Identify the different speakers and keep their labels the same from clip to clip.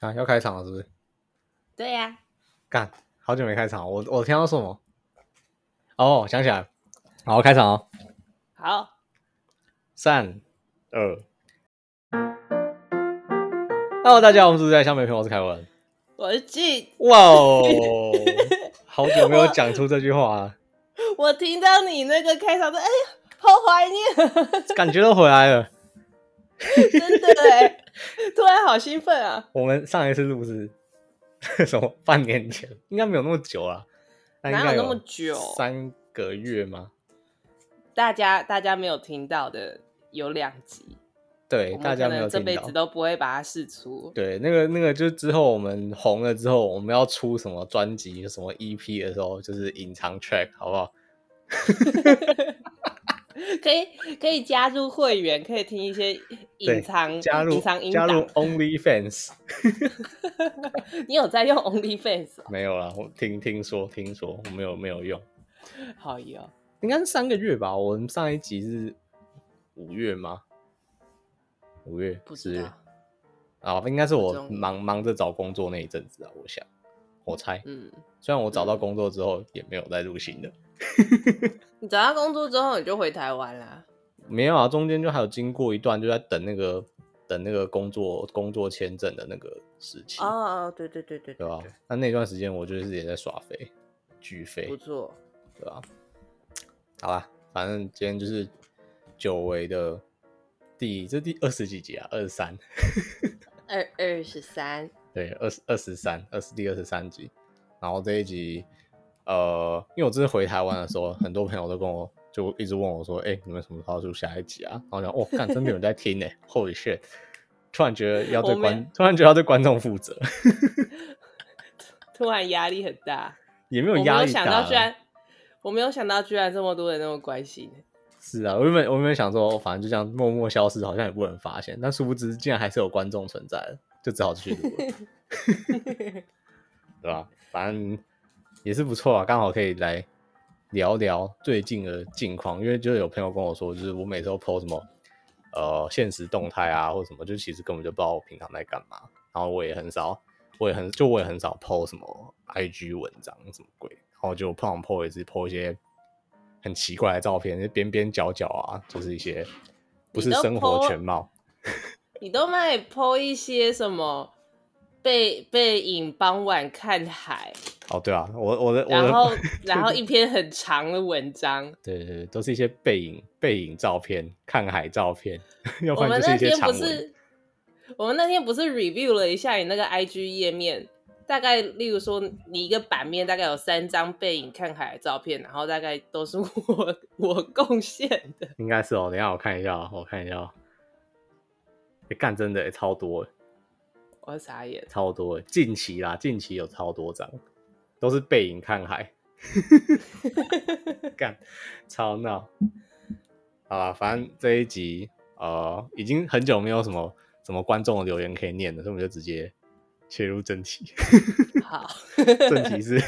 Speaker 1: 啊，要开场了是不是？
Speaker 2: 对呀、
Speaker 1: 干，好久没开场，我我听到什么？哦，想起来了，好，开场哦，
Speaker 2: 好，
Speaker 1: 三二。Hello，大家好，我们是住在香美朋友，我是凯文。
Speaker 2: 我记，
Speaker 1: 哇哦，好久没有讲出这句话了，
Speaker 2: 我听到你那个开场的，哎呀，好怀念，啊
Speaker 1: 感觉都回来了。
Speaker 2: 真的哎， 突然好兴奋啊！
Speaker 1: 我们上一次录是 什么？半年前，应该没有那么久了，但应
Speaker 2: 哪
Speaker 1: 该
Speaker 2: 有那么久
Speaker 1: 三个月吗？
Speaker 2: 大家大家没有听到的有两集，
Speaker 1: 对，
Speaker 2: 我
Speaker 1: 大
Speaker 2: 们
Speaker 1: 家
Speaker 2: 可
Speaker 1: 没有
Speaker 2: 能这
Speaker 1: 听
Speaker 2: 辈
Speaker 1: 到
Speaker 2: 子。都不会把它试出。
Speaker 1: 对，那个那个，就是之后我们红了之后，我们要出什么专辑、什么 EP 的时候，就是隐藏 track，好不好？
Speaker 2: 可以可以加入会员，可以听一些
Speaker 1: 对
Speaker 2: 隐藏
Speaker 1: 加入
Speaker 2: 隐藏音
Speaker 1: 加入
Speaker 2: 档。
Speaker 1: OnlyFans
Speaker 2: 你有在用 OnlyFans？、哦、
Speaker 1: 没有啦，我听听说听说，我没有没有用，
Speaker 2: 好哟，
Speaker 1: 应该是三个月吧。我们上一集是五月吗？五月
Speaker 2: 不
Speaker 1: 四
Speaker 2: 知
Speaker 1: 月
Speaker 2: 道。
Speaker 1: 啊，应该是我
Speaker 2: 这种
Speaker 1: 忙忙着找工作那一阵子啊，我想，我猜。
Speaker 2: 嗯，
Speaker 1: 虽然我找到工作之后也没有再入新的，
Speaker 2: 你找到工作之后你就回台湾啦。
Speaker 1: 没有啊，中间就还有经过一段就在等那个等那个工作工作签证的那个时期，
Speaker 2: 哦，对对对
Speaker 1: 对
Speaker 2: 对对
Speaker 1: 吧、
Speaker 2: 对
Speaker 1: 那那段时间我就是也在耍飞，巨飞
Speaker 2: 不，错。
Speaker 1: 对吧、好吧，反正今天就是久违的第这第二十几集啊，二十三，
Speaker 2: 二二十三，
Speaker 1: 对，二十二十三，二十第二十三集。然后这一集，呃，因为我这次回台湾的时候，很多朋友都跟我就一直问我说：“哎、你们什么时候出下一集啊？”然后我想，哦，看真的有人在听呢、后 h o 突然觉得要对
Speaker 2: 我没有
Speaker 1: 观，突然觉得要对观众负责，
Speaker 2: 突然压力很大，
Speaker 1: 也没
Speaker 2: 我
Speaker 1: 有
Speaker 2: 没
Speaker 1: 压
Speaker 2: 有
Speaker 1: 力大
Speaker 2: 想
Speaker 1: 啊。
Speaker 2: 到居然，我没有想到居然这么多人那么关心，
Speaker 1: 是啊，我原本我原本想说，反正就这样默默消失，好像也不能发现。但殊不知，竟然还是有观众存在的，就只好继续录了，对吧？反正也是不错啊，刚好可以来聊聊最近的近况，因为就是有朋友跟我说，就是我每次都 PO 什么呃现实动态啊，或什么，就其实根本就不知道我平常在干嘛。然后我也很少，我也很就我也很少 PO 什么 IG 文章什么鬼，然后就碰 PO 也是 PO 一些很奇怪的照片，就是边边角角啊，就是一些不是
Speaker 2: 你都
Speaker 1: 生活
Speaker 2: po-
Speaker 1: 全貌。
Speaker 2: 你都卖剖一些什么背背影傍晚看海，
Speaker 1: 哦，对啊，我我的我
Speaker 2: 然后
Speaker 1: 的
Speaker 2: 然后一篇很长的文章，
Speaker 1: 对对对，都是一些背影背影照片、看海照片， 要不
Speaker 2: 我
Speaker 1: 然
Speaker 2: 们
Speaker 1: 就是
Speaker 2: 那
Speaker 1: 一些
Speaker 2: 天
Speaker 1: 长
Speaker 2: 不
Speaker 1: 文。
Speaker 2: 是我们那天不是 review 了一下你那个 IG 页面。大概，例如说，你一个版面大概有三张背影看海的照片，然后大概都是我 我贡献的。
Speaker 1: 应该是哦，等一下我看一下哦，我看一下哦。诶干真的诶超多诶
Speaker 2: 我傻眼，
Speaker 1: 超多诶，近期啦，近期有超多张，都是背影看海，干超闹。好啦，反正这一集呃，已经很久没有什么什么观众的留言可以念了，所以我们就直接切入正题。
Speaker 2: 好，
Speaker 1: 正题是，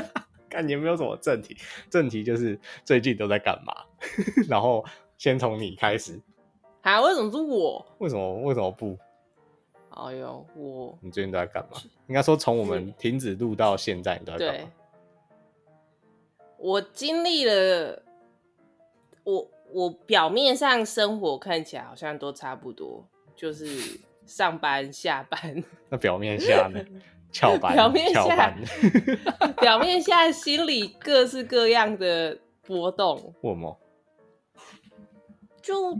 Speaker 1: 看你有没有什么正题，正题就是最近都在干嘛， 然后先从你开始，
Speaker 2: 啊，为什么是我？
Speaker 1: 为什么为什么不？
Speaker 2: 哎呦，我
Speaker 1: 你最近都在干嘛？应该说从我们停止录到现在，你都在干
Speaker 2: 对
Speaker 1: 嘛？，
Speaker 2: 我经历了，我我表面上生活看起来好像都差不多， 就是上班下班，
Speaker 1: 那表面下呢？翘班，
Speaker 2: 表面
Speaker 1: 翘
Speaker 2: 下
Speaker 1: 班，
Speaker 2: 表面下心里各式各样的波动，
Speaker 1: 为什么？
Speaker 2: 就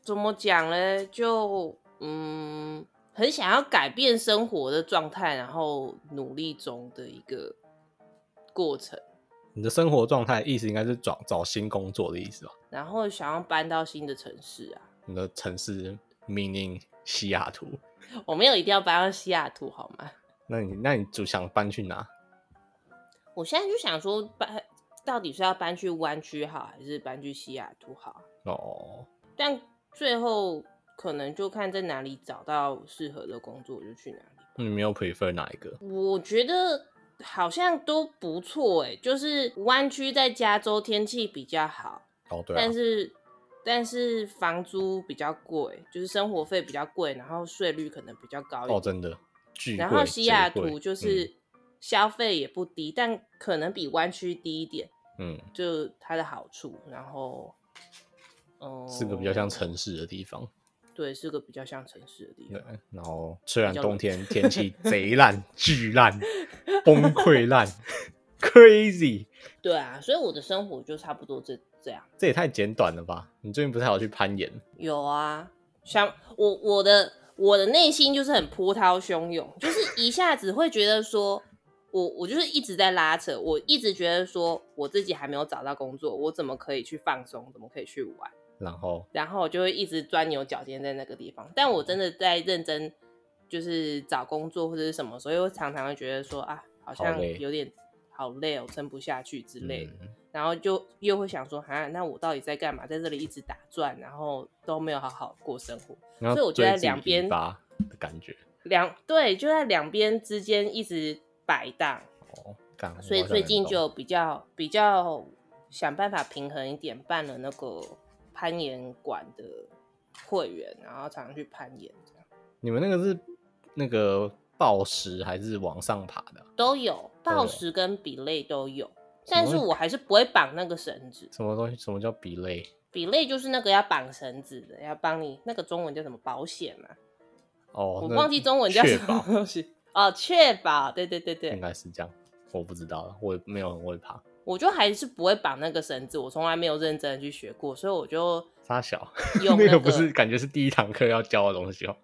Speaker 2: 怎么讲呢？就嗯，很想要改变生活的状态，然后努力中的一个过程。
Speaker 1: 你的生活状态意思应该是找找新工作的意思吧？
Speaker 2: 然后想要搬到新的城市啊。
Speaker 1: 你的城市 meaning 西雅图，
Speaker 2: 我没有一定要搬到西雅图，好吗？
Speaker 1: 那你那你就想搬去哪？
Speaker 2: 我现在就想说搬，到底是要搬去湾区好，还是搬去西雅图好？
Speaker 1: 哦，
Speaker 2: 但最后可能就看在哪里找到适合的工作，我就去哪里。
Speaker 1: 你没有 prefer 哪一个？
Speaker 2: 我觉得好像都不错哎、就是湾区在加州天气比较好，
Speaker 1: 哦，对啊
Speaker 2: 但，是但是房租比较贵，就是生活费比较贵，然后税率可能比较高一点。
Speaker 1: 哦，真的，巨贵。
Speaker 2: 然后西雅
Speaker 1: 贼贵
Speaker 2: 图就是消费也不低，但可能比湾区低一点，
Speaker 1: 嗯，
Speaker 2: 就它的好处。然后，嗯、
Speaker 1: 嗯是个比较像城市的地方。
Speaker 2: 对，是个比较像城市的地
Speaker 1: 对
Speaker 2: 方。，
Speaker 1: 然后虽然
Speaker 2: 比较
Speaker 1: 冬
Speaker 2: 冷
Speaker 1: 天天 气贼烂、巨烂、崩溃烂，crazy，
Speaker 2: 对啊，所以我的生活就差不多这这样。
Speaker 1: 这也太简短了吧？你最近不是还有去攀岩？
Speaker 2: 有啊，像我我的我的内心就是很波涛汹涌，就是一下子会觉得说，我我就是一直在拉扯，我一直觉得说我自己还没有找到工作，我怎么可以去放松，怎么可以去玩？
Speaker 1: 然后
Speaker 2: 然后我就会一直钻牛角尖在那个地方。但我真的在认真就是找工作或者是什么，所以我常常会觉得说啊，好
Speaker 1: 好
Speaker 2: 像
Speaker 1: 累
Speaker 2: 有点好累哦，撑不下去之类的。
Speaker 1: 嗯
Speaker 2: 然后就又会想说，哈，那我到底在干嘛？在这里一直打转，然后都没有好好过生活，
Speaker 1: 然后
Speaker 2: 所以我就在
Speaker 1: 追自己
Speaker 2: 两边
Speaker 1: 尾巴的感觉。
Speaker 2: 两对就在两边之间一直摆荡，
Speaker 1: 哦，干
Speaker 2: 所以最近就比较比较想办法平衡一点，办了那个攀岩馆的会员，然后常常去攀岩，这样
Speaker 1: 你们那个是那个暴食还是往上爬的？啊
Speaker 2: 都有暴
Speaker 1: 有
Speaker 2: 食跟比类都有，
Speaker 1: 什么
Speaker 2: 但是我还是不会绑那个绳子，
Speaker 1: 什么东西？什么叫比类？
Speaker 2: 比类就是那个要绑绳子的，要帮你那个中文叫什么保险嘛、
Speaker 1: 哦，
Speaker 2: 我
Speaker 1: 那
Speaker 2: 忘记中文叫
Speaker 1: 确
Speaker 2: 什么
Speaker 1: 保
Speaker 2: 东西哦，确保，对对对
Speaker 1: 应
Speaker 2: 对，
Speaker 1: 该是这样，我不知道了，我也没有很会爬。
Speaker 2: 我就还是不会绑那个绳子，我从来没有认真的去学过，所以我就
Speaker 1: 沙小，
Speaker 2: 用
Speaker 1: 那
Speaker 2: 个
Speaker 1: 个不是感觉是第一堂课要教的东西哦。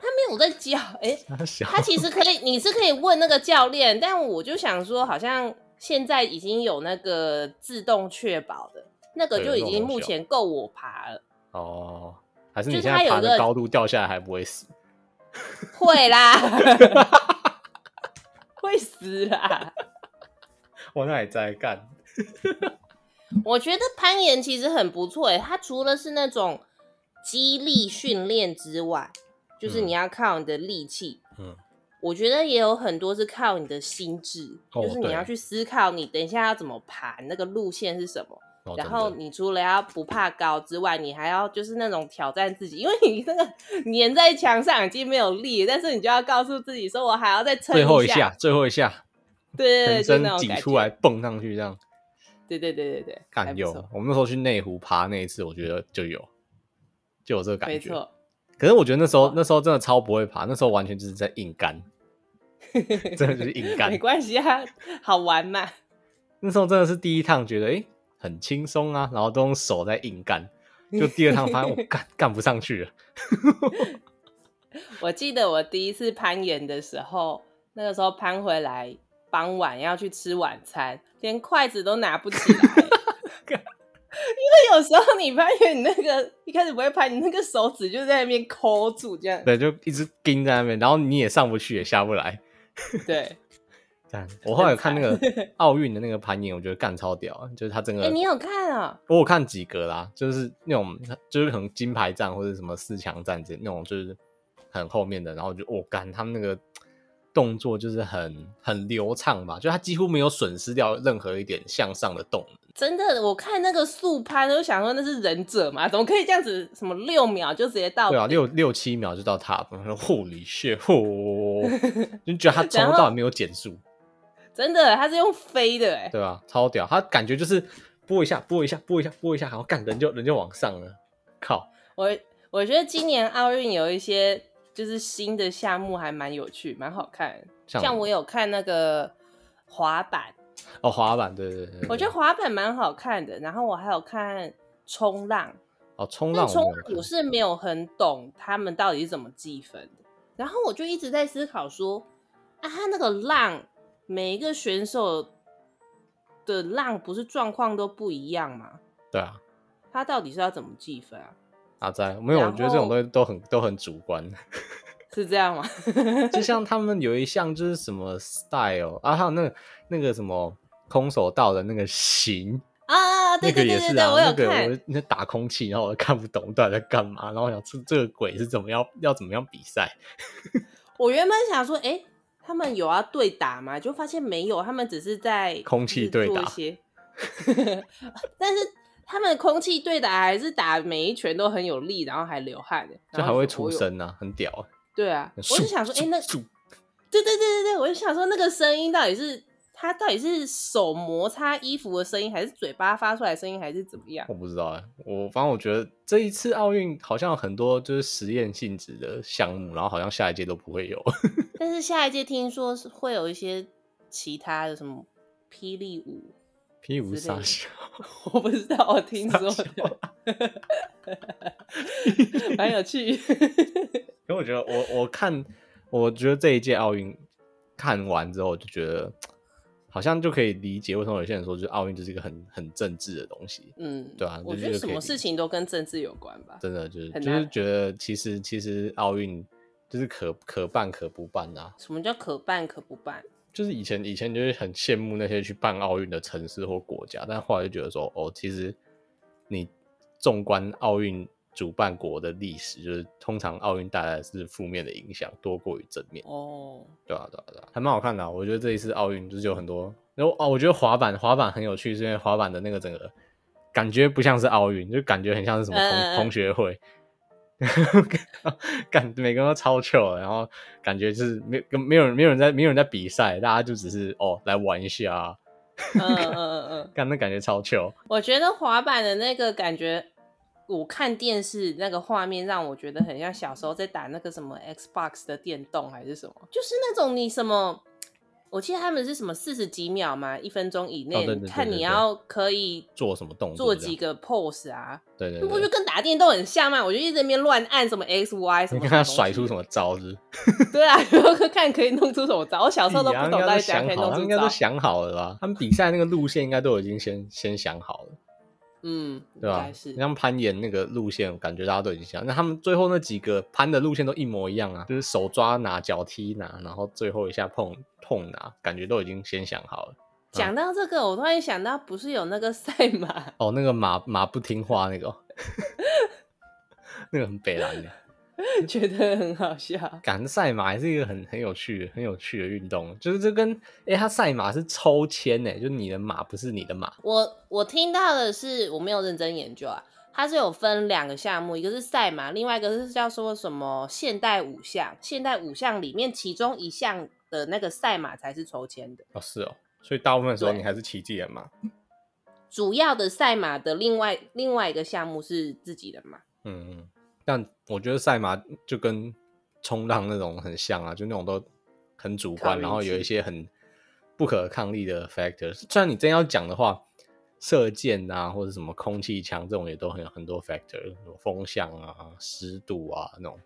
Speaker 2: 他没有在教，哎、
Speaker 1: 沙小，
Speaker 2: 他其实可以，你是可以问那个教练，但我就想说，好像现在已经有那个自动确保的那个，
Speaker 1: 对
Speaker 2: 就
Speaker 1: 那
Speaker 2: 已
Speaker 1: 种
Speaker 2: 经
Speaker 1: 东
Speaker 2: 目
Speaker 1: 西哦
Speaker 2: 前够我爬了，
Speaker 1: 哦，还是你
Speaker 2: 就
Speaker 1: 现
Speaker 2: 是它
Speaker 1: 在
Speaker 2: 有
Speaker 1: 爬
Speaker 2: 一
Speaker 1: 的
Speaker 2: 个
Speaker 1: 高度掉下来还不会死？
Speaker 2: 会啦， 会死啦。
Speaker 1: 我那也在干，
Speaker 2: 我觉得攀岩其实很不错欸诶，它除了是那种肌力训练之外，就是
Speaker 1: 嗯
Speaker 2: 你要靠你的力气。
Speaker 1: 嗯，
Speaker 2: 我觉得也有很多是靠你的心智，
Speaker 1: 哦
Speaker 2: 就是你
Speaker 1: 对
Speaker 2: 要去思考你等一下要怎么爬，你那个路线是什么。
Speaker 1: 哦
Speaker 2: 然后
Speaker 1: 真的
Speaker 2: 你除了要不怕高之外，你还要就是那种挑战自己，因为你那个粘在墙上已经没有力，但是你就要告诉自己说，我还要再撑
Speaker 1: 最后
Speaker 2: 一
Speaker 1: 一下，最后一下，
Speaker 2: 对对
Speaker 1: 全
Speaker 2: 对，就
Speaker 1: 身
Speaker 2: 那种
Speaker 1: 挤
Speaker 2: 感
Speaker 1: 出
Speaker 2: 觉
Speaker 1: 来，蹦上去这样。
Speaker 2: 对对对对对，还
Speaker 1: 干
Speaker 2: 不
Speaker 1: 有
Speaker 2: 错，
Speaker 1: 我们那时候去内湖爬那一次，我觉得就有，就有这个感
Speaker 2: 没
Speaker 1: 觉。
Speaker 2: 错，
Speaker 1: 可是我觉得那时候
Speaker 2: 哇
Speaker 1: 那时候真的超不会爬，那时候完全就是在硬干， 真的就是硬干
Speaker 2: 没。关系啊，好玩嘛。
Speaker 1: 那时候真的是第一趟觉得诶很轻松啊，然后都用手在硬干，就第二趟 发现我干干不上去了。
Speaker 2: 我记得我第一次攀岩的时候，那个时候攀回来，傍晚要去吃晚餐，连筷子都拿不起来。 因为有时候你攀岩，你那个一开始不会攀，你那个手指就在那边抠住，这样
Speaker 1: 对，就一直盯在那边，然后你也上不去也下不来。
Speaker 2: 对。
Speaker 1: 干，我后来有看那
Speaker 2: 很
Speaker 1: 个奥运的那个攀岩，我觉得干超屌，啊就是他整个
Speaker 2: 哎、你有看啊、
Speaker 1: 我有看几个啦，就是那种就是可能金牌战或者什么四强战这那种，就是很后面的，然后就我干、他们那个动作就是很很流畅吧，就他几乎没有损失掉任何一点向上的动能。
Speaker 2: 真的，我看那个速攀，就想说那是忍者嘛，怎么可以这样子？什么六秒就直接到？
Speaker 1: 对啊，六六七秒就到 top，然后护理血， 嚯，就觉得他从
Speaker 2: 然
Speaker 1: 头
Speaker 2: 后
Speaker 1: 到尾没有减速，
Speaker 2: 真的，它是用飞的、哎，
Speaker 1: 对吧、超屌，他感觉就是拨一下，拨一下，拨一下，拨一下，然后干人就人就往上了，靠，
Speaker 2: 我我觉得今年奥运有一些就是新的项目还蛮有趣，蛮好看的。
Speaker 1: 像
Speaker 2: 像我有看那个滑板，
Speaker 1: 哦滑板，对对对对，
Speaker 2: 我觉得
Speaker 1: 对
Speaker 2: 滑板蛮好看的。然后我还有看冲浪，
Speaker 1: 哦冲浪
Speaker 2: 但
Speaker 1: 我没
Speaker 2: 冲
Speaker 1: 有
Speaker 2: 浪
Speaker 1: 看
Speaker 2: 我是没有很懂他们到底是怎么计分的。然后我就一直在思考说，啊，他那个浪，每一个选手的浪不是状况都不一样吗？
Speaker 1: 对啊，
Speaker 2: 他到底是要怎么计分啊？
Speaker 1: 阿斋，没有，我
Speaker 2: 然
Speaker 1: 觉得这种
Speaker 2: 后
Speaker 1: 东西都很都很主观。
Speaker 2: 是这样吗？
Speaker 1: 就像他们有一项就是什么 style 啊，还有那个那个什么空手道的那个型，
Speaker 2: 啊，对
Speaker 1: 那个
Speaker 2: 对
Speaker 1: 也
Speaker 2: 对对
Speaker 1: 是
Speaker 2: 对，
Speaker 1: 啊，
Speaker 2: 我有
Speaker 1: 那个
Speaker 2: 看。
Speaker 1: 我那打空气，然后我看不懂到底在干嘛，然后我想这这个鬼是怎么样要怎么样比赛？
Speaker 2: 我原本想说，哎、他们有要对打吗？就发现没有，他们只是在
Speaker 1: 空气对打
Speaker 2: 就是做一些， 但是他们空气对打还是打每一拳都很有力，然后还流汗的，
Speaker 1: 就
Speaker 2: 然
Speaker 1: 还
Speaker 2: 后
Speaker 1: 会
Speaker 2: 就
Speaker 1: 出
Speaker 2: 我有。
Speaker 1: 声啊，很屌啊！
Speaker 2: 对啊，我
Speaker 1: 咻
Speaker 2: 就想说，哎、
Speaker 1: 咻
Speaker 2: 那
Speaker 1: 咻
Speaker 2: 对对对对对，我就想说那个声音到底是它到底是手摩擦衣服的声音，还是嘴巴发出来的声音，还是怎么样？
Speaker 1: 我不知道哎、我反正我觉得这一次奥运好像有很多就是实验性质的项目，然后好像下一届都不会有。
Speaker 2: 但是下一届听说是会有一些其他的什么霹雳舞，
Speaker 1: P 五
Speaker 2: 之类
Speaker 1: 傻
Speaker 2: 的
Speaker 1: 笑，
Speaker 2: 我不知道，我听说
Speaker 1: 傻笑
Speaker 2: 的， 蛮有趣。
Speaker 1: 因为我觉得我我看，我觉得这一届奥运看完之后，就觉得好像就可以理解为什么有些人说，就是奥运就是一个很很政治的东西。
Speaker 2: 嗯，
Speaker 1: 对啊
Speaker 2: 我
Speaker 1: 就
Speaker 2: 觉
Speaker 1: 是
Speaker 2: 得
Speaker 1: 就可
Speaker 2: 什
Speaker 1: 以
Speaker 2: 么
Speaker 1: 理
Speaker 2: 事情都跟政治有关吧。
Speaker 1: 真的就是
Speaker 2: 很
Speaker 1: 就是
Speaker 2: 难
Speaker 1: 觉得其实其实奥运就是可可办可不办啊，
Speaker 2: 什么叫可办可不办？
Speaker 1: 就是以前以前就是很羡慕那些去办奥运的城市或国家，但后来就觉得说哦，其实你纵观奥运主办国的历史，就是通常奥运带来的是负面的影响多过于正面。
Speaker 2: 哦，
Speaker 1: 对啊，对啊，对啊，还蛮好看的啊、我觉得这一次奥运就是有很多，然后哦，我觉得滑板滑板很有趣，是因为滑板的那个整个感觉不像是奥运，就感觉很像是什么同、
Speaker 2: 嗯嗯嗯
Speaker 1: 同学会， 感每个人都超 chill，的然后感觉就是没跟没有人没有人在没有人在比赛，大家就只是哦来玩一下、啊，
Speaker 2: 嗯嗯嗯嗯，
Speaker 1: 干那感觉超 chill。
Speaker 2: 我觉得滑板的那个感觉，我看电视那个画面让我觉得很像小时候在打那个什么 Xbox 的电动还是什么，就是那种你什么，我记得他们是什么四十几秒嘛，一分钟以内，
Speaker 1: 哦对对对
Speaker 2: 你看
Speaker 1: 对
Speaker 2: 你
Speaker 1: 对
Speaker 2: 要可以
Speaker 1: 做什么动作
Speaker 2: 做
Speaker 1: 这
Speaker 2: 几个 pose 啊，
Speaker 1: 对对
Speaker 2: 那不就
Speaker 1: 对，
Speaker 2: 跟打电动很像吗？我就一直在那边乱按什么 X Y 什
Speaker 1: 你
Speaker 2: 么，
Speaker 1: 看他甩出什
Speaker 2: 么
Speaker 1: 么招子，
Speaker 2: 东西， 对啊，然后看可以弄出什么招。我小时候都不
Speaker 1: 屁啊
Speaker 2: 懂
Speaker 1: 应
Speaker 2: 到
Speaker 1: 该
Speaker 2: 底
Speaker 1: 都
Speaker 2: 怎样
Speaker 1: 想
Speaker 2: 可以
Speaker 1: 好，
Speaker 2: 弄
Speaker 1: 他们
Speaker 2: 出
Speaker 1: 应该都
Speaker 2: 招，
Speaker 1: 想好了吧？他们比赛那个路线应该都已经先先想好了。
Speaker 2: 嗯，应
Speaker 1: 对吧
Speaker 2: 该？是。
Speaker 1: 像攀岩那个路线，我感觉大家都已经想，那他们最后那几个攀的路线都一模一样啊，就是手抓拿、脚踢拿，然后最后一下碰碰拿，感觉都已经先想好了。
Speaker 2: 讲到这个，我突然想到，不是有那个赛马，
Speaker 1: 哦，那个马马不听话那个哦， 那个很北蓝的，
Speaker 2: 觉得很好笑。
Speaker 1: 赶赛马还是一个很很有趣的、很有趣的运动，就是这跟诶，它赛马是抽签呢，就是你的马不是你的马，
Speaker 2: 我我听到的是，我没有认真研究啊，它是有分两个项目，一个是赛马，另外一个是叫说什么现代五项。现代五项里面其中一项的那个赛马才是抽签的，
Speaker 1: 哦是哦，所以大部分时候
Speaker 2: 对
Speaker 1: 你还是骑自己的马，
Speaker 2: 主要的赛马的另外另外一个项目是自己的马。
Speaker 1: 嗯，嗯，但我觉得赛马就跟冲浪那种很像啊，就那种都很主
Speaker 2: 靠
Speaker 1: 观，
Speaker 2: 运
Speaker 1: 然后有一
Speaker 2: 气
Speaker 1: 些很不可抗力的 factor。虽然你真要讲的话，射箭啊或者什么空气枪这种也都很有很多 factor，有风向啊、湿度啊那种，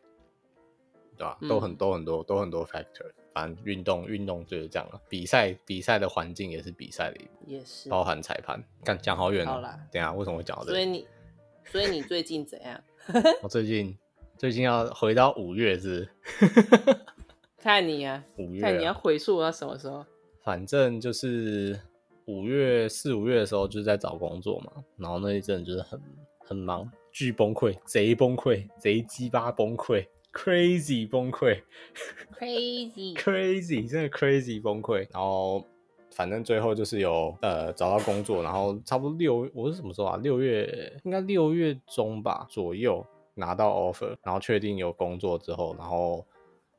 Speaker 1: 对吧、都很
Speaker 2: 嗯
Speaker 1: 多很多都很多 factor。反正运动运动就是这样了、比赛比赛的环境也是比赛的一部
Speaker 2: 也是
Speaker 1: 分，，包含裁判。干讲好远
Speaker 2: 好
Speaker 1: 哦
Speaker 2: 啦，
Speaker 1: 等一下为什么会讲到这
Speaker 2: 所
Speaker 1: 里
Speaker 2: 以？你所以你最近怎样？
Speaker 1: 我最近最近要回到五月是
Speaker 2: 看你啊，
Speaker 1: 不是五月、
Speaker 2: 看你要
Speaker 1: 啊，
Speaker 2: 回溯到什么时候？
Speaker 1: 反正就是五月四五月的时候就是在找工作嘛，然后那一阵就是很很忙，巨崩溃，贼崩溃，贼鸡巴崩溃，crazy 崩溃
Speaker 2: Crazy，
Speaker 1: ，crazy 真的 crazy 崩溃，然后。反正最后就是有呃找到工作，然后差不多六我是什么时候啊？六月应该六月中吧左右拿到 offer，然后确定有工作之后，然后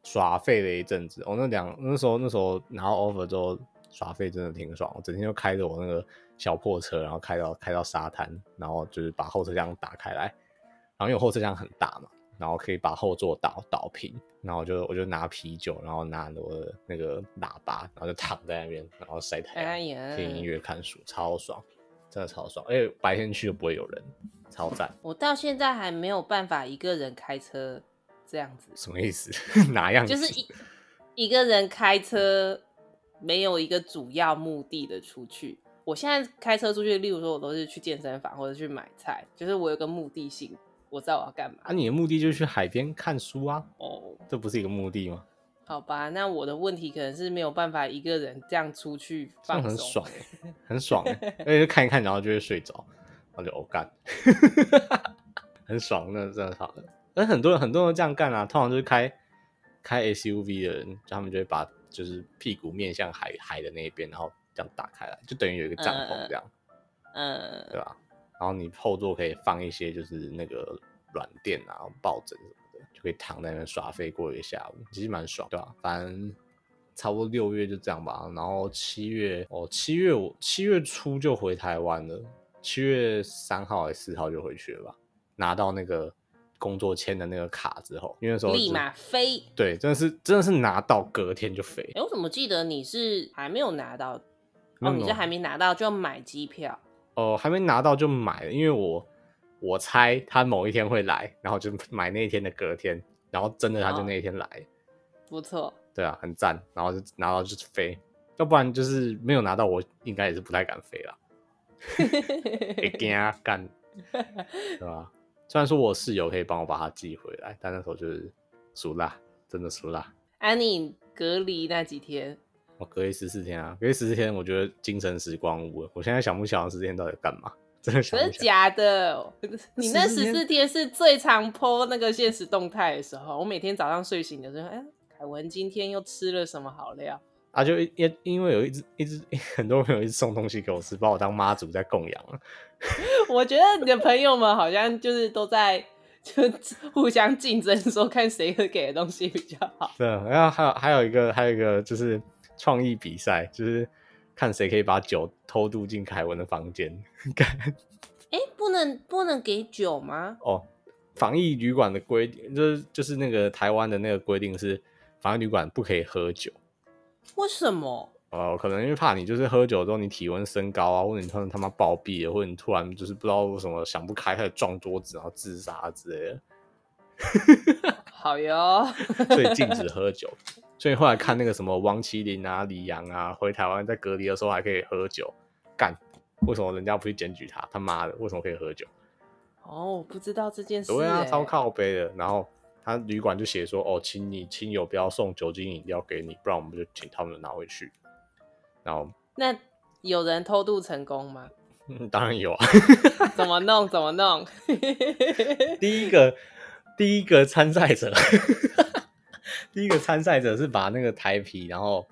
Speaker 1: 耍废了一阵子。我、哦、那两那时候那时候拿到 offer 之后耍废真的挺爽，我整天就开着我那个小破车，然后开到开到沙滩，然后就是把后车厢打开来，然后因为我后车厢很大嘛，然后可以把后座倒倒平，然后我就我就拿啤酒，然后拿我的那个喇叭，然后就躺在那边，然后晒太
Speaker 2: 哎
Speaker 1: 阳，
Speaker 2: 呀，
Speaker 1: 听音乐看书，超爽，真的超爽。而且白天去就不会有人，超赞。
Speaker 2: 我到现在还没有办法一个人开车这样子，
Speaker 1: 什么意思？ 哪样子？
Speaker 2: 就是一一个人开车没有一个主要目的的出去。我现在开车出去，例如说我都是去健身房或者去买菜，就是我有个目的性，我知道我要干嘛。
Speaker 1: 啊，你的目的就是去海边看书啊，
Speaker 2: 哦，
Speaker 1: 这不是一个目的吗？
Speaker 2: 好吧，那我的问题可能是没有办法一个人这样出去
Speaker 1: 这
Speaker 2: 放
Speaker 1: 样
Speaker 2: 松，
Speaker 1: 很爽、 欸，很爽、欸，而且就看一看，然后就会睡着，然后就哦干， 很爽，那真的好的。但很多人很多人都这样干啊，通常就是开开 SUV 的人，他们就会把就是屁股面向海海的那一边，然后这样打开来，就等于有一个帐
Speaker 2: 嗯嗯
Speaker 1: 篷
Speaker 2: 嗯
Speaker 1: 这样，对
Speaker 2: 嗯，
Speaker 1: 吧？然后你后座可以放一些就是那个软垫啊啊、抱枕什么的，就可以躺在那边耍飞过一个下午，其实蛮爽，对吧、反正差不多六月就这样吧，然后七月哦，七月我七月初就回台湾了，七月三号还是四号就回去了吧，拿到那个工作签的那个卡之后，因为那时候
Speaker 2: 立
Speaker 1: 是
Speaker 2: 马飞。
Speaker 1: 对，真的是真的是拿到隔天就飞，
Speaker 2: 哎、我怎么记得你是还没有拿到？
Speaker 1: 没
Speaker 2: 哦，
Speaker 1: 有
Speaker 2: 你是
Speaker 1: 拿
Speaker 2: 还没拿到就买机票，
Speaker 1: 哦，还没拿到就买了，因为我我猜他某一天会来，然后就买那一天的隔天，然后真的他就
Speaker 2: 哦
Speaker 1: 那一天来，
Speaker 2: 不错。
Speaker 1: 对啊，很赞，然后就拿到就飞，要不然就是没有拿到，我应该也是不太敢飞啦， 会惊啊干，对吧？虽然说我室友可以帮我把它寄回来，但那时候就是熟啦，真的熟啦。
Speaker 2: 安妮啊隔离那几天，
Speaker 1: 我隔离十四天啊，隔离十四天，我觉得精神时光屋了，我现在想不起来十四天到底干嘛，真的想
Speaker 2: 真
Speaker 1: 不
Speaker 2: 的
Speaker 1: 起来。
Speaker 2: 假 的？你那
Speaker 1: 14
Speaker 2: 十
Speaker 1: 天
Speaker 2: 四天是最常 PO 那个现实动态的时候，我每天早上睡醒的时候，哎、凯文今天又吃了什么好料？
Speaker 1: 啊，就因因为有一直一直 很多朋友一直送东西给我吃，把我当妈祖在供养啊。
Speaker 2: 我觉得你的朋友们好像就是都在就 互相竞争，说看谁会给的东西比较好。
Speaker 1: 对，啊然后还有还有一个还有一个就是创意比赛，就是看谁可以把酒偷渡进凯文的房间。
Speaker 2: 哎、不能不能给酒吗？
Speaker 1: 哦，防疫旅馆的规定就是就是那个台湾的那个规定是，防疫旅馆不可以喝酒。
Speaker 2: 为什么？
Speaker 1: 哦，可能因为怕你就是喝酒之后你体温升高啊，或者你突然他妈暴毙了，或者你突然就是不知道为什么想不开开始撞桌子然后自杀之类的。
Speaker 2: 好哟，
Speaker 1: 所以禁止喝酒。所以后来看那个什么王麒麟啊、李阳啊，回台湾在隔离的时候还可以喝酒，干，为什么人家不去检举他？他妈的，为什么可以喝酒？
Speaker 2: 哦，我不知道这件事、欸。
Speaker 1: 对啊，超靠背的。然后他旅馆就写说，哦，请你亲友不要送酒精饮料给你，不然我们就请他们拿回去。 然后、
Speaker 2: 那有人偷渡成功吗？
Speaker 1: 嗯、当然有啊，
Speaker 2: 怎么弄？怎么弄？
Speaker 1: 第一个第一个参赛者， 第一个参赛者是把那个台皮，然后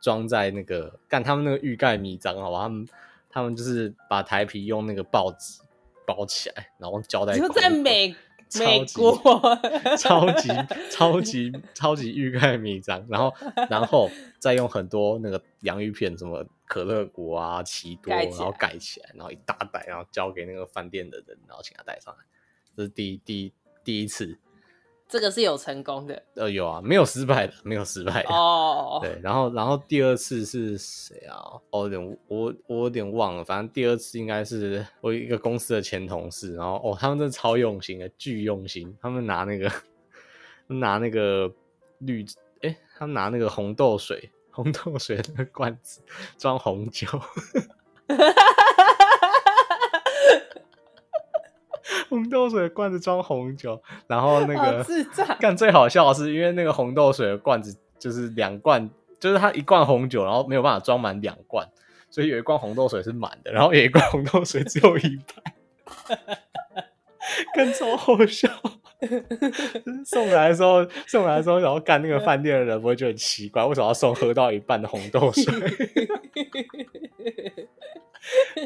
Speaker 1: 装在那个干他们那个欲盖弥彰，好吧？他们他们就是把台皮用那个报纸包起来，然后胶带
Speaker 2: 就
Speaker 1: 捆一
Speaker 2: 在
Speaker 1: 捆
Speaker 2: 美
Speaker 1: 超
Speaker 2: 美
Speaker 1: 级
Speaker 2: 国，
Speaker 1: 超级超级超级欲盖弥彰，然后然后再用很多那个洋芋片，什么可乐果啊、奇多，
Speaker 2: 盖
Speaker 1: 然
Speaker 2: 起来
Speaker 1: 后盖起来，然后一大袋，然后交给那个饭店的人，然后请他带上来。这是第一第一第一次，
Speaker 2: 这个是有成功的
Speaker 1: 呃，有啊，没有失败的，没有失败的。
Speaker 2: 哦。
Speaker 1: 对，然后然后第二次是谁啊？哦，有点我我有点忘了，反正第二次应该是我一个公司的前同事，然后哦，他们真的超用心的，巨用心，他们拿那个 拿那个绿，哎，他们拿那个红豆水，红豆水的那个罐子装红酒， 红豆水的罐子装红酒，然后那
Speaker 2: 好
Speaker 1: 个
Speaker 2: 智 障
Speaker 1: 干最好笑的是，因为那个红豆水的罐子就是两罐，就是它一罐红酒，然后没有办法装满两罐，所以有一罐红豆水是满的，然后有一罐红豆水只有一半，更超好笑。送来的时候，送来的时候，然后干那个饭店的人不会觉得很奇怪，为什么要送喝到一半的红豆水？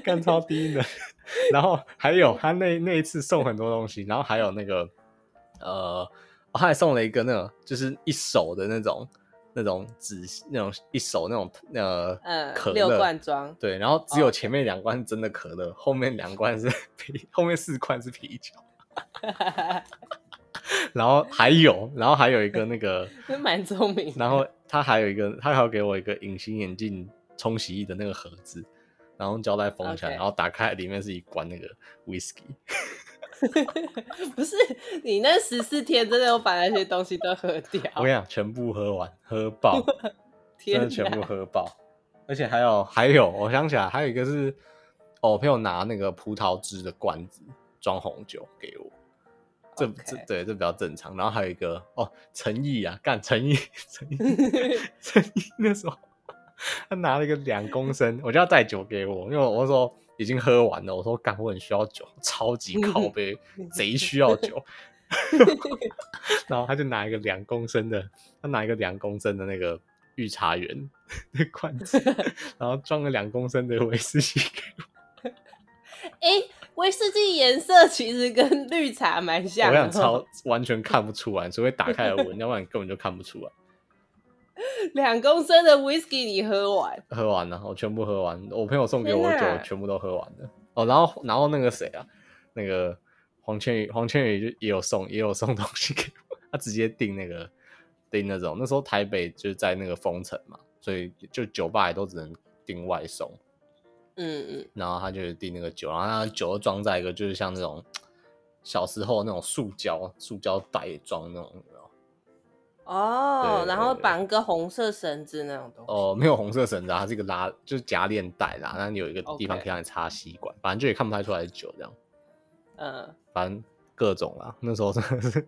Speaker 1: 干超低能。 然后还有他那那一次送很多东西，然后还有那个呃，我还送了一个那种就是一手的那种那种纸那种一手那种呃
Speaker 2: 嗯
Speaker 1: 可乐
Speaker 2: 六罐哦装
Speaker 1: 对，然后只有前面两罐是真的可乐，后面两罐是啤，后面四罐是啤 酒，然后还有然后还有一个那个
Speaker 2: 这蛮聪 明的
Speaker 1: 然后他还有一个，他还要给我一个隐形眼镜冲洗液的那个盒子，然后用胶带封起来
Speaker 2: OK
Speaker 1: 然后打开里面是一罐那个 whisky。
Speaker 2: 不是你那十四天真的有把那些东西都喝掉？
Speaker 1: 我跟你讲，全部喝完，喝 爆，真
Speaker 2: 天
Speaker 1: 的
Speaker 2: 哪！
Speaker 1: 全部喝爆。而且还有还有，我想起来还有一个是，哦，我朋友拿那个葡萄汁的罐子装红酒给我。这这
Speaker 2: OK
Speaker 1: 对这比较正常，然后还有一个哦，陈毅啊，干陈毅，陈毅 陈毅那时候他拿了一个两公升，我就要带酒给我，因为我说已经喝完了，我说干我很需要酒，超级靠杯，贼需要酒。然后他就拿一个两公升的，他拿一个两公升的那个御茶园的罐子，然后装了两公升的威士忌给
Speaker 2: 哎、威士忌颜色其实跟绿茶蛮
Speaker 1: 我，
Speaker 2: 像
Speaker 1: 我
Speaker 2: 的哦，
Speaker 1: 想超完全看不出来，除非打开来闻，要不然你根本就看不出来。
Speaker 2: 两公升的 whisky 你喝完，
Speaker 1: 喝完了，我全部喝完，我朋友送给我的
Speaker 2: 天哪
Speaker 1: 酒全部都喝完了。哦，然后然后那个谁啊，那个黄千羽，黄千羽就也有送也有送东西给我，他直接订那个订那种，那时候台北就是在那个封城嘛，所以就酒吧也都只能订外送，
Speaker 2: 嗯嗯，
Speaker 1: 然后他就订那个酒，然后他的酒都装在一个就是像那种小时候那种塑胶塑胶袋装那种。有没有
Speaker 2: 哦，
Speaker 1: 对
Speaker 2: 然后绑个红色绳子那种东西，
Speaker 1: 哦，没有红色绳子、啊，它是一个拉，就是夹链带啦，然后有一个地方
Speaker 2: OK
Speaker 1: 可以让你插吸管，反正就也看不太出来是酒这样，
Speaker 2: 嗯，
Speaker 1: 反正各种啦。 那时候真的是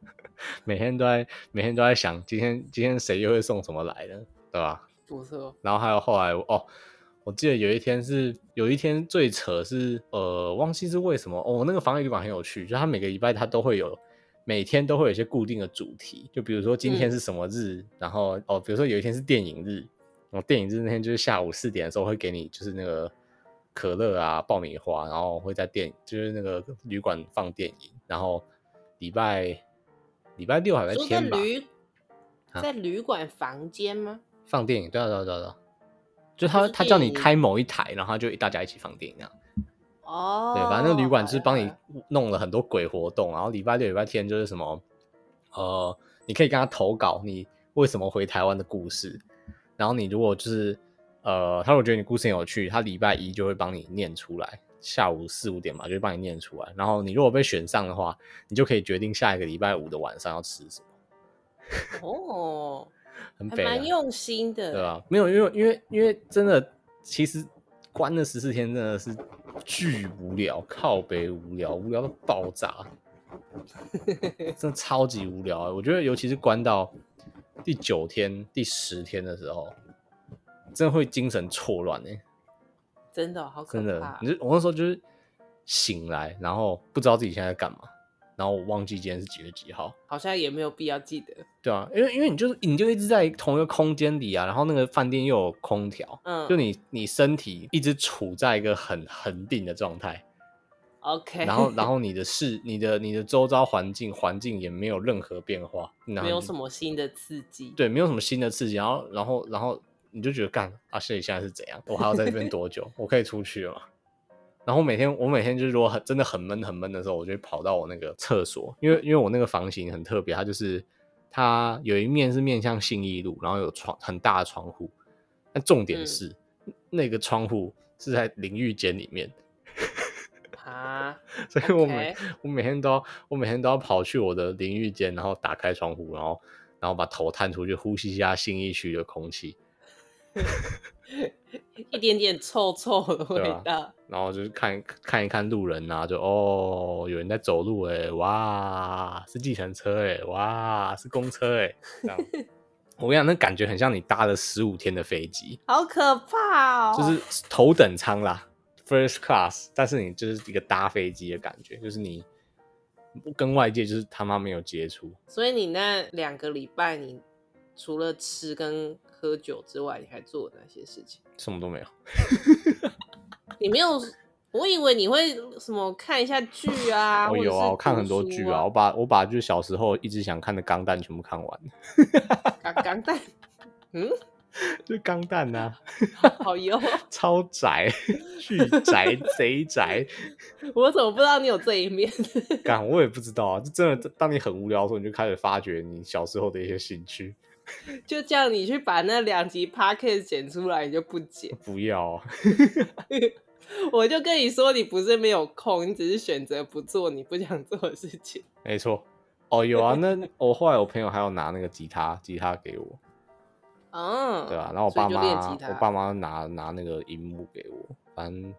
Speaker 1: 每天都在每天都在想，今天今天谁又会送什么来呢，对吧？
Speaker 2: 不错，
Speaker 1: 然后还有后来哦，我记得有一天是有一天最扯是呃，忘记是为什么哦，那个防疫旅馆很有趣，就它每个礼拜它都会有。每天都会有一些固定的主题，就比如说今天
Speaker 2: 嗯
Speaker 1: 是什么日，然后哦，比如说有一天是电影日，然后电影日那天就是下午四点的时候会给你就是那个可乐啊、爆米花，然后会在电就是那个旅馆放电影，然后礼拜礼拜六还是礼
Speaker 2: 说
Speaker 1: 拜
Speaker 2: 在
Speaker 1: 天吧，
Speaker 2: 旅
Speaker 1: 啊
Speaker 2: 在旅馆房间吗？
Speaker 1: 放电影，对啊对啊对啊，对啊就
Speaker 2: 哦就
Speaker 1: 他
Speaker 2: 是
Speaker 1: 他叫
Speaker 2: 电
Speaker 1: 你
Speaker 2: 影
Speaker 1: 开某一台，然后他就大家一起放电影那样。
Speaker 2: 哦，
Speaker 1: 对，反正那个旅馆就是帮
Speaker 2: 好
Speaker 1: 你
Speaker 2: 的
Speaker 1: 弄了很多鬼活动，然后礼拜六、礼拜天就是什么，呃，你可以跟他投稿你为什么回台湾的故事，然后你如果就是呃，他如果觉得你故事很有趣，他礼拜一就会帮你念出来，下午四五点嘛就会帮你念出来，然后你如果被选上的话，你就可以决定下一个礼拜五的晚上要吃什么，
Speaker 2: 哦，
Speaker 1: 很
Speaker 2: 还
Speaker 1: 北啊
Speaker 2: 蛮用心的，
Speaker 1: 对吧、？没有，因为因为因为真的，其实关了十四天真的是巨无聊，靠北无聊，无聊到爆炸， 真的超级无聊、啊。我觉得尤其是关到第九天、第十天的时候，真的会精神错乱哎、
Speaker 2: 真的哦好可
Speaker 1: 真的
Speaker 2: 怕。。
Speaker 1: 你就我那时候就是醒来，然后不知道自己现在在干嘛，然后我忘记今天是几月几号。
Speaker 2: 好像也没有必要记得。
Speaker 1: 对啊，因为因为你就是你就一直在同一个空间里啊，然后那个饭店又有空调，
Speaker 2: 嗯，
Speaker 1: 就你你身体一直处在一个很恒定的状态，
Speaker 2: OK，
Speaker 1: 然 后然后你的视你的你的周遭环境环境也没有任何变化，然后
Speaker 2: 没有
Speaker 1: 你
Speaker 2: 什么新的刺激。，
Speaker 1: 对，没有什么新的刺激，然后然后然后你就觉得干啊，所以现在是怎样？我还要在这边多久？我可以出去了吗？然后每天我每天就是如果很真的很闷很闷的时候，我就会跑到我那个厕所，因为因为我那个房型很特别，它就是它有一面是面向信义路，然后有窗很大的窗户，但重点
Speaker 2: 嗯
Speaker 1: 是、那个窗户是在淋浴间里面，
Speaker 2: 啊，
Speaker 1: 所以我每
Speaker 2: OK
Speaker 1: 我每天都要我每天都要跑去我的淋浴间，然后打开窗户，然后然后把头探出去呼吸一下信义区的空气，
Speaker 2: 一点点臭臭的味道，
Speaker 1: 然后就是看看一看路人啊，就哦有人在走路哎、哇是计程车哎、哇是公车哎、这样。我跟你讲，那感觉很像你搭了十五天的飞机，
Speaker 2: 好可怕哦。
Speaker 1: 就是头等舱啦，first class，但是你就是一个搭飞机的感觉，就是你跟外界就是他妈没有接触，
Speaker 2: 所以你那两个礼拜，你除了吃跟喝酒之外，你还做了哪些事情？
Speaker 1: 什么都没有。
Speaker 2: 你没有，我以为你会什么看一下剧啊，
Speaker 1: 我
Speaker 2: 或者
Speaker 1: 有
Speaker 2: 是
Speaker 1: 啊，我看
Speaker 2: 读
Speaker 1: 很多
Speaker 2: 书
Speaker 1: 剧
Speaker 2: 啊
Speaker 1: 啊，我，把我把就是小时候一直想看的《钢弹》全部看完，
Speaker 2: 刚刚但
Speaker 1: 就《钢弹》啊，
Speaker 2: 好油，
Speaker 1: 超 宅，巨宅，贼宅。
Speaker 2: 我怎么不知道你有这一面？
Speaker 1: 干，我也不知道啊，就真的当你很无聊的时候，你就开始发掘你小时候的一些兴趣。
Speaker 2: 就这样，你去把那两集 podcast 剪出来，你就不剪。
Speaker 1: 不要啊，
Speaker 2: 我就跟你说，你不是没有空，你只是选择不做你不想做的事情。
Speaker 1: 没错。哦，有啊，那我后来我朋友还有拿那个吉他，吉他给我，
Speaker 2: 嗯，
Speaker 1: 对吧、啊然后我
Speaker 2: 所以
Speaker 1: 爸
Speaker 2: 就
Speaker 1: 妈，
Speaker 2: 练吉他
Speaker 1: 我爸妈拿拿那个荧幕给我，反正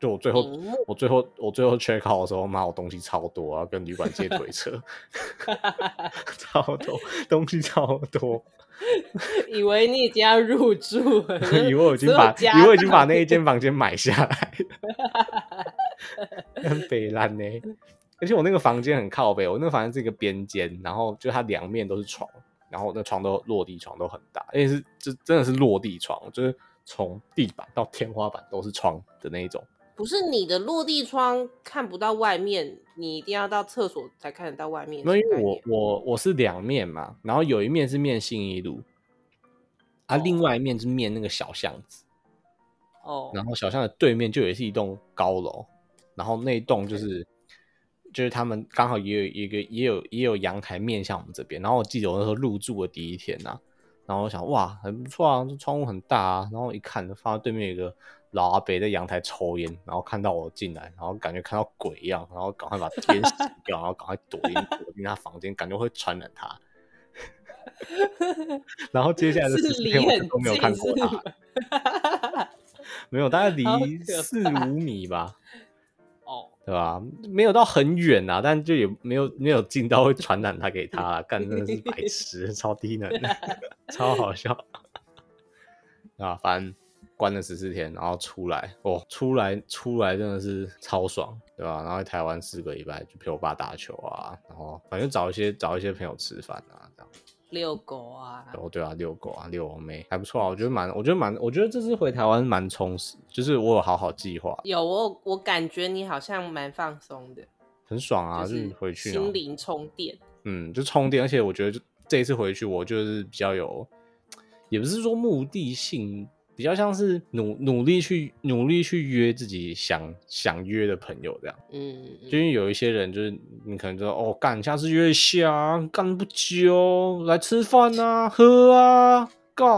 Speaker 1: 就我最后
Speaker 2: 荧幕
Speaker 1: 我最后我最后 check out 的时候，妈，我东西超多，然后跟旅馆借推 车， 超多东西超多，，
Speaker 2: 以为你已经要入住 了
Speaker 1: 以为我已经把
Speaker 2: 所有家
Speaker 1: 以为我已经把那一间房间买下来了， 很北烂呢、而且我那个房间很靠北，我那个房间是一个边间，然后就它两面都是床，然后那床都落地床都很大，而且是就真的是落地床，就是从地板到天花板都是床的那一种。
Speaker 2: 不是你的落地窗看不到外面，你一定要到厕所才看得到外面。
Speaker 1: 那因
Speaker 2: 是
Speaker 1: 为
Speaker 2: 概
Speaker 1: 我
Speaker 2: 念
Speaker 1: 我我是两面嘛，然后有一面是面信义路，啊，另外一面是面那个小巷子，
Speaker 2: 哦，
Speaker 1: 然后小巷的对面就也是一栋高楼，然后那一栋就是就是他们刚好也有一个也有也有阳台面向我们这边，然后我记得我那时候入住的第一天呐、然后我想哇很不错啊，这窗户很大啊，然后一看就发现对面有个老阿伯在阳台抽烟，然后看到我进来，然后感觉看到鬼一样，然后赶快把烟熄掉，然后赶快躲进躲进他房间，感觉会传染他。 然后接下来的
Speaker 2: 是
Speaker 1: 十
Speaker 2: 离
Speaker 1: 天我
Speaker 2: 很
Speaker 1: 都没有
Speaker 2: 近
Speaker 1: 看
Speaker 2: 是
Speaker 1: 过他
Speaker 2: 吗，
Speaker 1: 没有，大概离
Speaker 2: 好可
Speaker 1: 四五米吧，
Speaker 2: 哦，
Speaker 1: 对吧？没有到很远啊，但就也没有没有近到会传染他给他啊，干真的是白痴，超低能的， 超好笑啊！反正关了十四天，然后出来，哦，出来出来真的是超爽，对吧？然后在台湾四个礼拜就陪我爸打球啊，然后反正找一些找一些朋友吃饭啊，这样。
Speaker 2: 遛狗啊，
Speaker 1: 哦，对啊，遛狗啊，遛妹还不错啊，我觉得蛮，我觉得蛮，我觉得这次回台湾蛮充实，就是我有好好计划，
Speaker 2: 有我我感觉你好像蛮放松的，
Speaker 1: 很爽啊，就是回去然后
Speaker 2: 心灵充电，
Speaker 1: 嗯，就充电，而且我觉得就这一次回去，我就是比较有，也不是说目的性，比较像是努努力去努力去约自己想想约的朋友这样，
Speaker 2: 嗯，
Speaker 1: 就因为有一些人就是你可能就说哦干，下次约一下啊，干不久来吃饭啊，喝啊， 干，